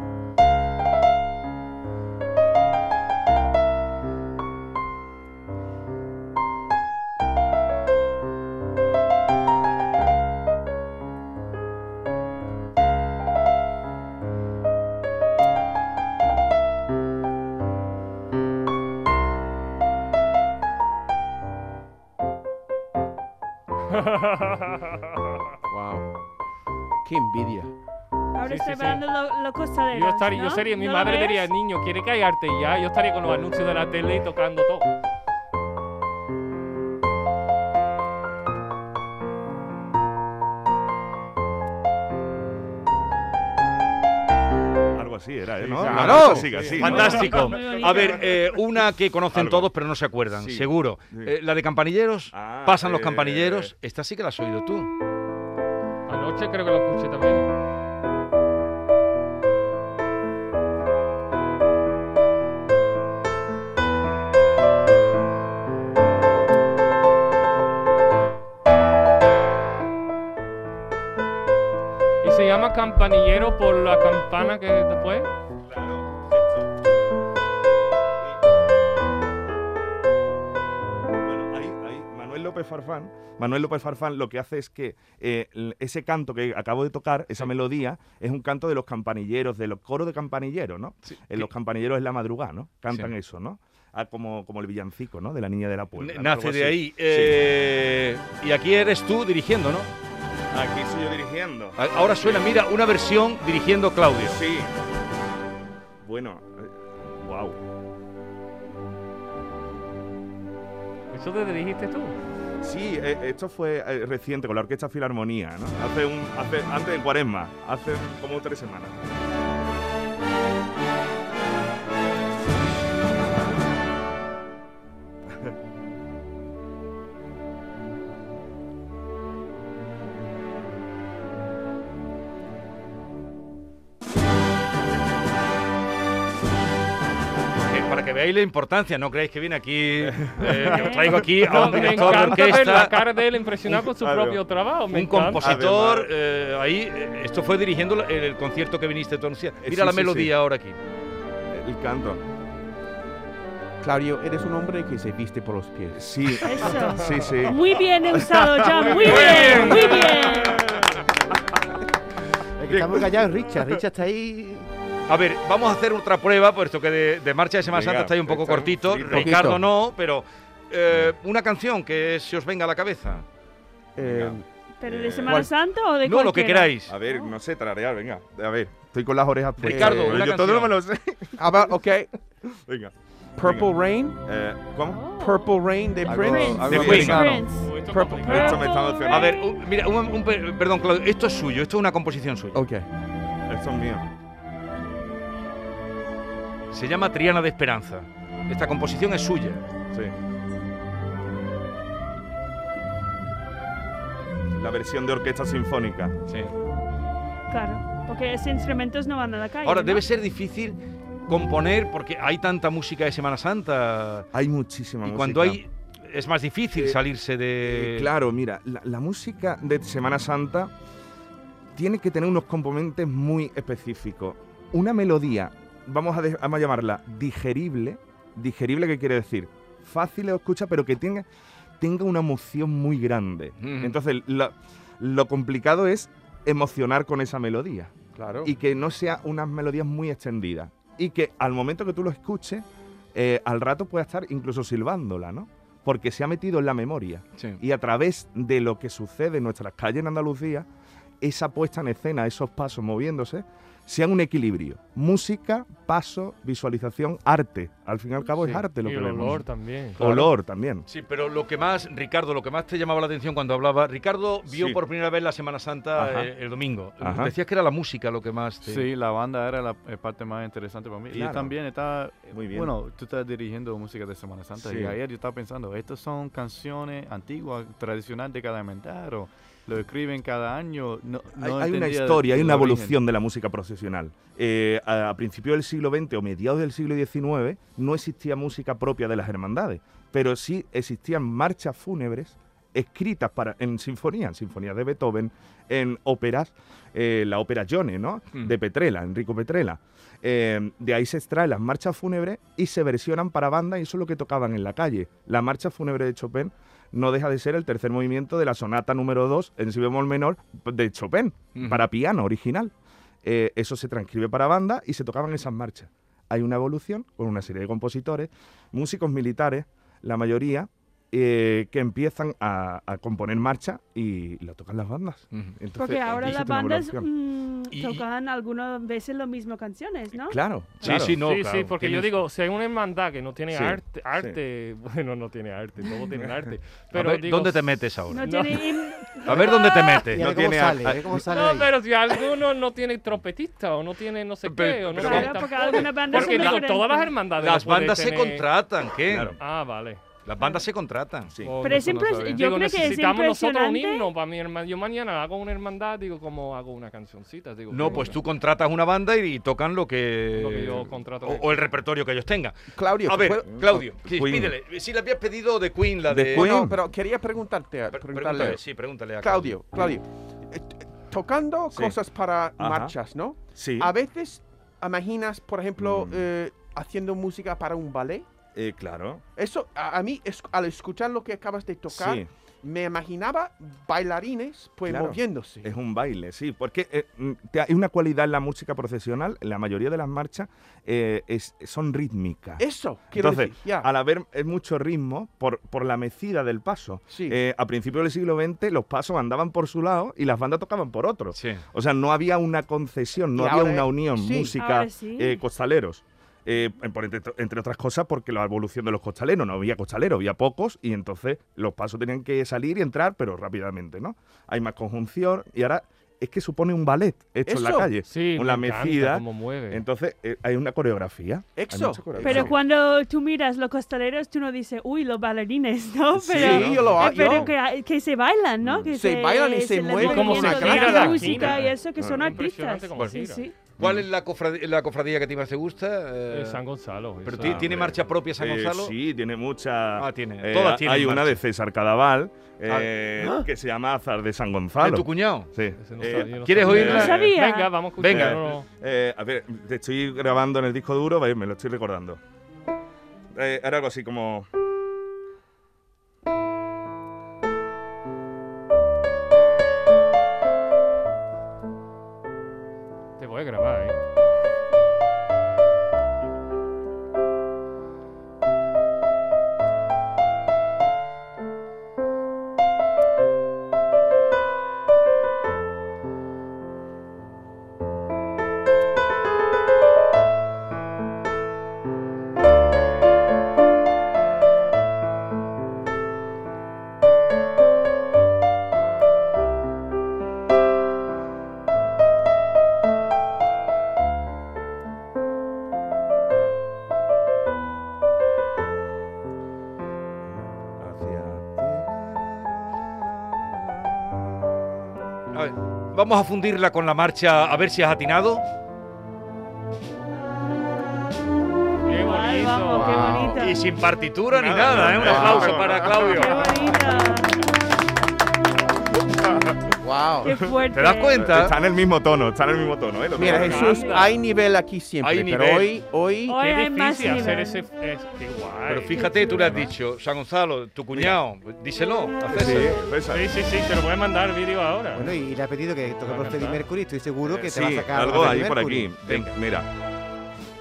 Speaker 5: Wow. Qué envidia.
Speaker 4: Ahora
Speaker 2: Sí,
Speaker 4: estoy
Speaker 2: sí, sí.
Speaker 4: hablando lo, lo costaleros,
Speaker 2: Yo, estaría, yo
Speaker 4: ¿no?
Speaker 2: sería, mi
Speaker 4: ¿No lo
Speaker 2: madre
Speaker 4: ves?
Speaker 2: diría, niño, quiere callarte y ya. Yo estaría con los anuncios de la tele y tocando todo.
Speaker 11: Algo así era, ¿eh?
Speaker 3: Sí,
Speaker 11: ¿no?
Speaker 3: sí.
Speaker 11: Una
Speaker 3: Claro.
Speaker 11: cosa así, así, ¿no?
Speaker 4: [LAUGHS]
Speaker 3: Fantástico.
Speaker 2: Muy bonito.
Speaker 3: A ver, eh, una que conocen
Speaker 11: Algo.
Speaker 3: todos pero no se acuerdan,
Speaker 11: Sí.
Speaker 3: seguro.
Speaker 11: Sí.
Speaker 3: Eh, la de campanilleros.
Speaker 11: Ah,
Speaker 3: pasan los
Speaker 11: eh,
Speaker 3: campanilleros. Esta sí que la has oído tú.
Speaker 2: Anoche creo que lo escuché también. Y se llama campanillero por la campana que después.
Speaker 11: Ahí, ahí, Manuel López Farfán. Manuel López Farfán lo que hace es que eh, l- ese canto que acabo de tocar, esa melodía, es un canto de los campanilleros, de los coros de campanilleros, ¿no? Eh, los campanilleros es la madrugada, ¿no? Cantan eso, ¿no? Ah, como, como el villancico, ¿no? De la niña de la puerta.
Speaker 3: Nace de ahí. eh, Y aquí eres tú dirigiendo, ¿no?
Speaker 11: Aquí estoy yo dirigiendo.
Speaker 3: A- Ahora suena, mira, una versión dirigiendo Claudio.
Speaker 11: Sí. Bueno, eh, wow.
Speaker 2: ¿Eso te dijiste tú?
Speaker 11: Sí, eh, esto fue eh, reciente con la Orquesta Filarmonía, ¿no? Hace un, hace, antes de Cuaresma, hace como tres semanas.
Speaker 3: Que- Eh, Para que veáis la importancia, no creéis que viene aquí,
Speaker 11: [LAUGHS]
Speaker 3: eh, que os traigo aquí [LAUGHS] a
Speaker 2: No,
Speaker 3: un
Speaker 2: me
Speaker 3: director de
Speaker 2: encanta
Speaker 3: orquesta.
Speaker 2: ver la cara de él impresionado con su
Speaker 3: Además.
Speaker 2: propio trabajo. me
Speaker 3: un
Speaker 2: encanta. Ah,
Speaker 3: compositor eh, ahí. eh, Esto fue dirigiendo el, el concierto que viniste tú a anunciar. Mira
Speaker 11: Eh, sí,
Speaker 3: la
Speaker 11: sí,
Speaker 3: melodía
Speaker 11: sí.
Speaker 3: ahora aquí.
Speaker 11: El canto.
Speaker 5: Claudio, eres un hombre que se viste por los pies.
Speaker 11: Sí,
Speaker 4: Eso.
Speaker 11: sí, sí.
Speaker 2: eh.
Speaker 4: Muy bien
Speaker 2: [LAUGHS]
Speaker 4: he usado, John. Muy
Speaker 12: Muy
Speaker 4: bien,
Speaker 12: bien.
Speaker 4: muy bien.
Speaker 6: Es que estamos callados, Richard. Richard está ahí.
Speaker 3: A ver, vamos a hacer otra prueba, puesto que de, de marcha de Semana
Speaker 6: Venga,
Speaker 3: Santa está ahí un poco
Speaker 6: está un
Speaker 3: cortito.
Speaker 6: poquito.
Speaker 3: Ricardo no, pero eh, una canción que se os venga a la cabeza.
Speaker 11: eh,
Speaker 4: ¿Pero de Semana
Speaker 11: ¿cuál?
Speaker 4: Santa o de
Speaker 3: No, lo que
Speaker 4: cualquiera?
Speaker 3: queráis.
Speaker 11: A ver, eh, no sé, tararear, venga. A ver, estoy con las orejas. puestas.
Speaker 3: Ricardo,
Speaker 11: Eh,
Speaker 3: una
Speaker 11: yo todo me
Speaker 3: canción.
Speaker 11: lo sé.
Speaker 5: How about, okay,
Speaker 11: Venga.
Speaker 5: Purple Rain?
Speaker 11: Eh, ¿Cómo?
Speaker 4: Oh.
Speaker 5: Purple Rain de
Speaker 11: Algo-
Speaker 5: Prince.
Speaker 11: algo
Speaker 3: De
Speaker 11: americano.
Speaker 3: Queen.
Speaker 5: Purple
Speaker 11: Esto me está
Speaker 3: A ver, un- mira, un- un pe- perdón, Claudio, esto es suyo, esto es una composición suya.
Speaker 5: Ok.
Speaker 11: Esto es mío.
Speaker 3: Se llama Triana de Esperanza. Esta composición es suya.
Speaker 11: Sí. La versión de orquesta sinfónica.
Speaker 3: Sí.
Speaker 4: Claro, porque esos instrumentos no van a la calle.
Speaker 3: Ahora,
Speaker 4: ¿no?
Speaker 3: debe ser difícil componer porque hay tanta música de Semana Santa.
Speaker 11: Hay muchísima
Speaker 3: Y
Speaker 11: música.
Speaker 3: cuando hay. Es más difícil
Speaker 11: Eh,
Speaker 3: salirse de.
Speaker 11: Eh, claro, mira, la, la música de Semana Santa tiene que tener unos componentes muy específicos. Una melodía, vamos a, de- vamos a llamarla digerible. Digerible, ¿qué quiere decir? Fácil de escuchar, pero que tenga, tenga una emoción muy grande.
Speaker 3: Ujú.
Speaker 11: Entonces, la- lo complicado es emocionar con esa melodía.
Speaker 5: Claro.
Speaker 11: Y que no sea unas melodías muy extendidas. Y que al momento que tú lo escuches, eh, al rato pueda estar incluso silbándola, ¿no? Porque se ha metido en la memoria.
Speaker 3: Sí.
Speaker 11: Y a través de lo que sucede en nuestras calles en Andalucía, esa puesta en escena, esos pasos moviéndose, sean un equilibrio. Música, paso, visualización, arte. Al fin y al cabo es
Speaker 2: Sí.
Speaker 11: arte lo
Speaker 2: Y
Speaker 11: que
Speaker 2: el
Speaker 11: vemos.
Speaker 2: olor también.
Speaker 11: Olor también.
Speaker 3: Sí, pero lo que más, Ricardo, lo que más te llamaba la atención cuando hablaba, Ricardo vio
Speaker 10: Sí.
Speaker 3: por primera vez la Semana Santa
Speaker 10: Ajá.
Speaker 3: eh, el, domingo.
Speaker 10: Ajá.
Speaker 3: Decías que era la música lo que más te...
Speaker 10: Sí, la banda era la eh, parte más interesante para mí.
Speaker 3: Claro.
Speaker 10: Y también está.
Speaker 11: Muy bien.
Speaker 10: Bueno, tú estás dirigiendo música de Semana Santa.
Speaker 11: Sí.
Speaker 10: Y ayer yo estaba pensando, ¿estas son canciones antiguas, tradicionales de cada inventario? ¿Lo escriben cada año? No,
Speaker 11: Hay,
Speaker 10: no
Speaker 11: hay una
Speaker 10: entendía
Speaker 11: historia, hay
Speaker 10: el
Speaker 11: una
Speaker 10: origen.
Speaker 11: evolución de la música procesional. Eh, a, a principios del siglo XX o mediados del siglo XIX no existía música propia de las hermandades, pero sí existían marchas fúnebres escritas para, en sinfonías, en sinfonías de Beethoven, en óperas, eh, la ópera Johnny, ¿no?
Speaker 3: Mm.
Speaker 11: De Petrella, Enrico Petrella. Eh, de ahí se extraen las marchas fúnebres y se versionan para banda y eso es lo que tocaban en la calle. La marcha fúnebre de Chopin no deja de ser el tercer movimiento de la sonata número 2 en si bemol menor de Chopin,
Speaker 3: Ujú.
Speaker 11: para piano original. Eh, eso se transcribe para banda y se tocaban esas marchas. Hay una evolución con una serie de compositores, músicos militares, la mayoría, eh, que empiezan a, a componer marcha y la tocan las bandas.
Speaker 3: Ujú.
Speaker 11: Entonces,
Speaker 4: Porque ahora
Speaker 11: existe
Speaker 4: las
Speaker 11: una
Speaker 4: bandas
Speaker 11: evolución.
Speaker 4: mm,
Speaker 3: Y-
Speaker 4: tocan algunas veces las mismas canciones, ¿no?
Speaker 11: Claro,
Speaker 3: Sí, sí, no,
Speaker 2: sí,
Speaker 3: claro,
Speaker 2: sí, porque yo
Speaker 3: tienes-
Speaker 2: digo, si hay una hermandad que no tiene
Speaker 3: Sí,
Speaker 2: arte, arte [LAUGHS] bueno, no tiene arte, todos tienen arte.
Speaker 3: A
Speaker 2: Pero
Speaker 3: ver,
Speaker 2: digo,
Speaker 3: ¿dónde te metes
Speaker 4: No,
Speaker 3: ahora?
Speaker 4: tiene... im-
Speaker 3: A ver dónde te metes.
Speaker 6: Y a ver
Speaker 11: No
Speaker 6: cómo
Speaker 11: tiene
Speaker 6: sale,
Speaker 11: a-
Speaker 6: a ver ¿eh? cómo sale
Speaker 2: No,
Speaker 6: ahí.
Speaker 2: pero si alguno no tiene trompetista o no tiene no sé
Speaker 3: Pero-
Speaker 2: qué, o no
Speaker 3: pero-
Speaker 2: tiene
Speaker 4: Claro, porque
Speaker 2: tambores.
Speaker 4: algunas bandas
Speaker 2: Porque
Speaker 4: son
Speaker 2: digo,
Speaker 4: diferentes.
Speaker 2: todas las hermandades
Speaker 3: Las
Speaker 2: no pueden
Speaker 3: bandas se
Speaker 2: tener-
Speaker 3: contratan, ¿qué?
Speaker 11: Claro.
Speaker 2: Ah, vale.
Speaker 3: Las bandas se contratan.
Speaker 11: Sí.
Speaker 2: Oh,
Speaker 4: Pero es
Speaker 2: eso no
Speaker 4: impres-
Speaker 2: sabía.
Speaker 4: yo creo que es
Speaker 2: necesitamos nosotros un
Speaker 4: impresionante.
Speaker 2: himno para mi hermandad. Yo mañana hago una hermandad, digo, como hago una cancioncita. Digo,
Speaker 3: No,
Speaker 2: como
Speaker 3: pues
Speaker 2: una-
Speaker 3: tú contratas una banda y, y tocan lo que...
Speaker 2: Lo que yo contrato.
Speaker 3: O, o el repertorio que ellos tengan.
Speaker 5: Claudio,
Speaker 3: A
Speaker 5: ¿te
Speaker 3: ver,
Speaker 5: puedo-
Speaker 3: Claudio,
Speaker 11: Queen.
Speaker 3: sí, pídele. Si le habías pedido de Queen, la
Speaker 11: De
Speaker 3: de...
Speaker 11: Queen.
Speaker 5: No, pero quería preguntarte,
Speaker 3: Pre-
Speaker 5: preguntarle.
Speaker 3: pregúntale, sí, pregúntale a
Speaker 5: Claudio, Claudio, eh, t- tocando
Speaker 11: Sí.
Speaker 5: cosas para
Speaker 11: Ajá.
Speaker 5: marchas, ¿no?
Speaker 11: Sí.
Speaker 5: A veces imaginas, por ejemplo,
Speaker 11: Mm.
Speaker 5: eh, haciendo música para un ballet.
Speaker 11: Eh, claro.
Speaker 5: Eso, a, a mí, es- al escuchar lo que acabas de tocar,
Speaker 11: Sí.
Speaker 5: me imaginaba bailarines pues
Speaker 11: Claro.
Speaker 5: moviéndose.
Speaker 11: Es un baile, sí, porque eh, mm, te- hay una cualidad en la música procesional, en la mayoría de las marchas eh, es, son rítmicas.
Speaker 5: Eso, quiero
Speaker 11: Entonces,
Speaker 5: decir, ya.
Speaker 11: al haber eh, mucho ritmo, por, por la mecida del paso,
Speaker 5: Sí.
Speaker 11: eh, a principios del siglo XX los pasos andaban por su lado y las bandas tocaban por otro.
Speaker 3: Sí.
Speaker 11: O sea, no había una concesión, no
Speaker 5: Y
Speaker 11: había
Speaker 5: ahora
Speaker 11: una
Speaker 5: es-
Speaker 11: unión,
Speaker 5: sí.
Speaker 11: música,
Speaker 4: Ahora sí.
Speaker 11: eh, costaleros. Eh, por entre, entre otras cosas porque la evolución de los costaleros, no había costaleros, había pocos y entonces los pasos tenían que salir y entrar, pero rápidamente, ¿no? Hay más conjunción y ahora es que supone un ballet hecho en la
Speaker 5: Eso.
Speaker 11: calle,
Speaker 2: Sí,
Speaker 11: una
Speaker 2: me encanta
Speaker 11: mecida.
Speaker 2: cómo mueve.
Speaker 11: Entonces eh, hay una coreografía. hay
Speaker 5: Eso.
Speaker 11: mucha coreografía.
Speaker 4: Pero cuando tú miras los costaleros, tú no dices, uy, los bailarines, ¿no?
Speaker 11: Sí,
Speaker 4: Pero,
Speaker 5: yo lo
Speaker 4: eh, pero
Speaker 5: yo-
Speaker 4: que, que se bailan, ¿no? Que
Speaker 5: Se bailan y se
Speaker 4: les
Speaker 5: mueven
Speaker 4: mueve
Speaker 2: como
Speaker 4: viento
Speaker 2: se
Speaker 4: de la
Speaker 2: gira la
Speaker 4: música
Speaker 2: gira.
Speaker 4: y eso, que son
Speaker 2: Impresionante
Speaker 4: artistas.
Speaker 2: cómo
Speaker 4: Sí,
Speaker 2: gira.
Speaker 4: sí.
Speaker 3: ¿Cuál es la cofradía, la cofradía que a ti más te gusta? Eh,
Speaker 11: Eh, San
Speaker 2: Gonzalo.
Speaker 3: ¿Pero
Speaker 11: esa,
Speaker 3: ti- tiene
Speaker 11: hombre.
Speaker 3: marcha propia San
Speaker 11: Eh,
Speaker 3: Gonzalo?
Speaker 11: sí, tiene mucha.
Speaker 3: Ah, tiene.
Speaker 11: eh,
Speaker 3: Todas tienen
Speaker 11: Hay una
Speaker 3: marcha.
Speaker 11: de César Cadaval eh,
Speaker 3: Ah.
Speaker 11: que se llama Azar de San Gonzalo.
Speaker 3: ¿De tu cuñado?
Speaker 11: Sí.
Speaker 3: Ese no
Speaker 11: Eh,
Speaker 3: sabía, no
Speaker 11: ¿Quieres
Speaker 3: sabía.
Speaker 11: oírla?
Speaker 3: No sabía. Venga,
Speaker 2: vamos a escuchar.
Speaker 11: Venga.
Speaker 2: No, no.
Speaker 11: Eh, a ver, te estoy grabando en el disco duro, vais, me lo estoy recordando. Eh, era algo así como.
Speaker 2: Te voy a grabar, ¿eh?
Speaker 3: A ver, vamos a fundirla con la marcha, a ver si has atinado.
Speaker 2: ¡Qué bonito!
Speaker 3: Y sin partitura ni nada, ¿eh? Un
Speaker 2: nada.
Speaker 3: aplauso para
Speaker 11: [LAUGHS]
Speaker 3: Claudio.
Speaker 5: ¡Wow!
Speaker 11: Qué
Speaker 5: fuerte!
Speaker 11: ¿Te das cuenta? Está en el mismo tono, está en el mismo tono. ¿eh? Lo
Speaker 5: Mira,
Speaker 11: tengo que-
Speaker 5: Jesús, hay nivel aquí siempre,
Speaker 11: Hay
Speaker 5: pero
Speaker 11: nivel.
Speaker 5: hoy, hoy...
Speaker 2: Qué difícil hacer ese. es- qué guay.
Speaker 3: Pero fíjate, tú le has dicho, San Gonzalo, tu cuñado, díselo. haz
Speaker 2: Sí,
Speaker 3: eso.
Speaker 2: Sí, sí, sí, te lo voy a mandar el vídeo ahora.
Speaker 6: Bueno, y le ha pedido que toque por Freddie Mercury, estoy seguro que
Speaker 11: sí,
Speaker 6: te va a sacar
Speaker 11: algo
Speaker 6: Freddie
Speaker 11: ahí por
Speaker 6: Mercury.
Speaker 11: aquí. Ven, mira.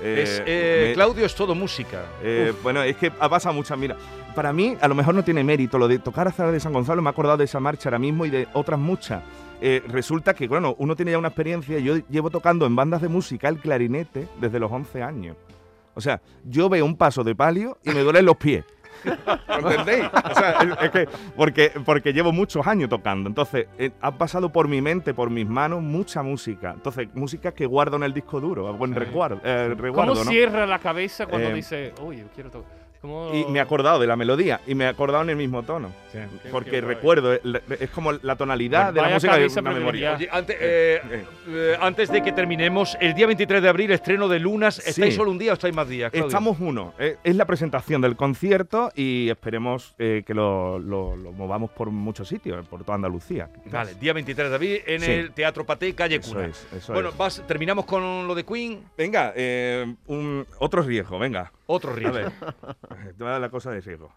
Speaker 3: Es, eh, Claudio es todo música.
Speaker 11: Eh,
Speaker 3: Uf.
Speaker 11: bueno, es que ha pasado muchas. Mira, para mí, a lo mejor no tiene mérito lo de tocar Azar de San Gonzalo. Me he acordado de esa marcha ahora mismo y de otras muchas. Eh, resulta que, bueno, uno tiene ya una experiencia. Yo llevo tocando en bandas de música el clarinete desde los 11 años. O sea, yo veo un paso de palio y me duelen los pies. ¿Entendéis? O sea, es- es que- porque, porque llevo muchos años tocando. Entonces, eh, ha pasado por mi mente, por mis manos, mucha música. Entonces, música que guardo en el disco duro, buen recuerdo. eh,
Speaker 2: ¿Cómo
Speaker 11: recuerdo ¿no?
Speaker 2: cierra la cabeza cuando
Speaker 11: Eh,
Speaker 2: dice, uy, yo quiero tocar? ¿Cómo-
Speaker 11: Y me he acordado de la melodía y me he acordado en el mismo tono.
Speaker 2: Qué-
Speaker 11: Porque
Speaker 2: qué guay.
Speaker 11: recuerdo, eh, la- es como la tonalidad de la
Speaker 3: Vaya
Speaker 11: música de
Speaker 3: cabeza
Speaker 11: una
Speaker 3: privilegiada.
Speaker 11: memoria.
Speaker 3: Oye, antes, eh, eh, antes de que terminemos, el día 23 de abril, estreno de Lunas. ¿Estáis
Speaker 11: Sí.
Speaker 3: solo un día o estáis más días? Claudio?
Speaker 11: Estamos uno. Eh, Es la presentación del concierto y esperemos eh, que lo, lo- lo movamos por muchos sitios, eh, por toda Andalucía.
Speaker 3: Vale, día 23 de abril en
Speaker 11: Sí.
Speaker 3: el Teatro Paté, calle
Speaker 11: Eso
Speaker 3: Cuna.
Speaker 11: es, eso
Speaker 3: bueno,
Speaker 11: es.
Speaker 3: vas- terminamos con lo de Queen.
Speaker 11: Venga, eh, un- otro riesgo, venga.
Speaker 3: Otro riesgo.
Speaker 11: A ver, te voy a dar la cosa de riesgo.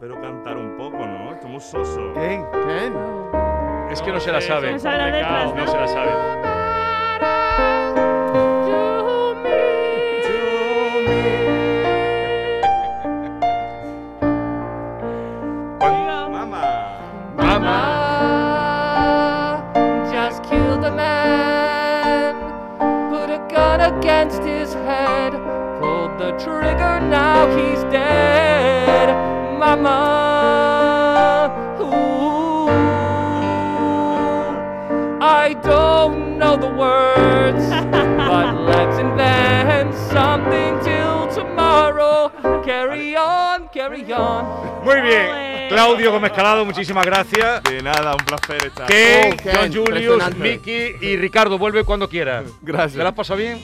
Speaker 11: Pero cantar un poco, ¿no? Esto es muy soso.
Speaker 6: ¿Quién?
Speaker 11: ¿Quién?
Speaker 3: Es que no
Speaker 2: Eh,
Speaker 3: se la
Speaker 11: sé,
Speaker 3: sabe.
Speaker 11: no sabe la letra,
Speaker 3: No se la sabe.
Speaker 13: just killed a man, put a gun against his head, pulled the trigger, now he's dead. Mama, ooh, I don't know the words, but let's invent something till tomorrow. Carry on, carry on.
Speaker 3: Muy bien. Claudio Gómez Calado, muchísimas gracias.
Speaker 11: De nada, un placer estar.
Speaker 3: Ken,
Speaker 11: Oh, Ken,
Speaker 3: John Julius,
Speaker 11: impresionante.
Speaker 3: Mickey y Ricardo, vuelve cuando quieras.
Speaker 11: Gracias.
Speaker 3: ¿Te las pasa bien?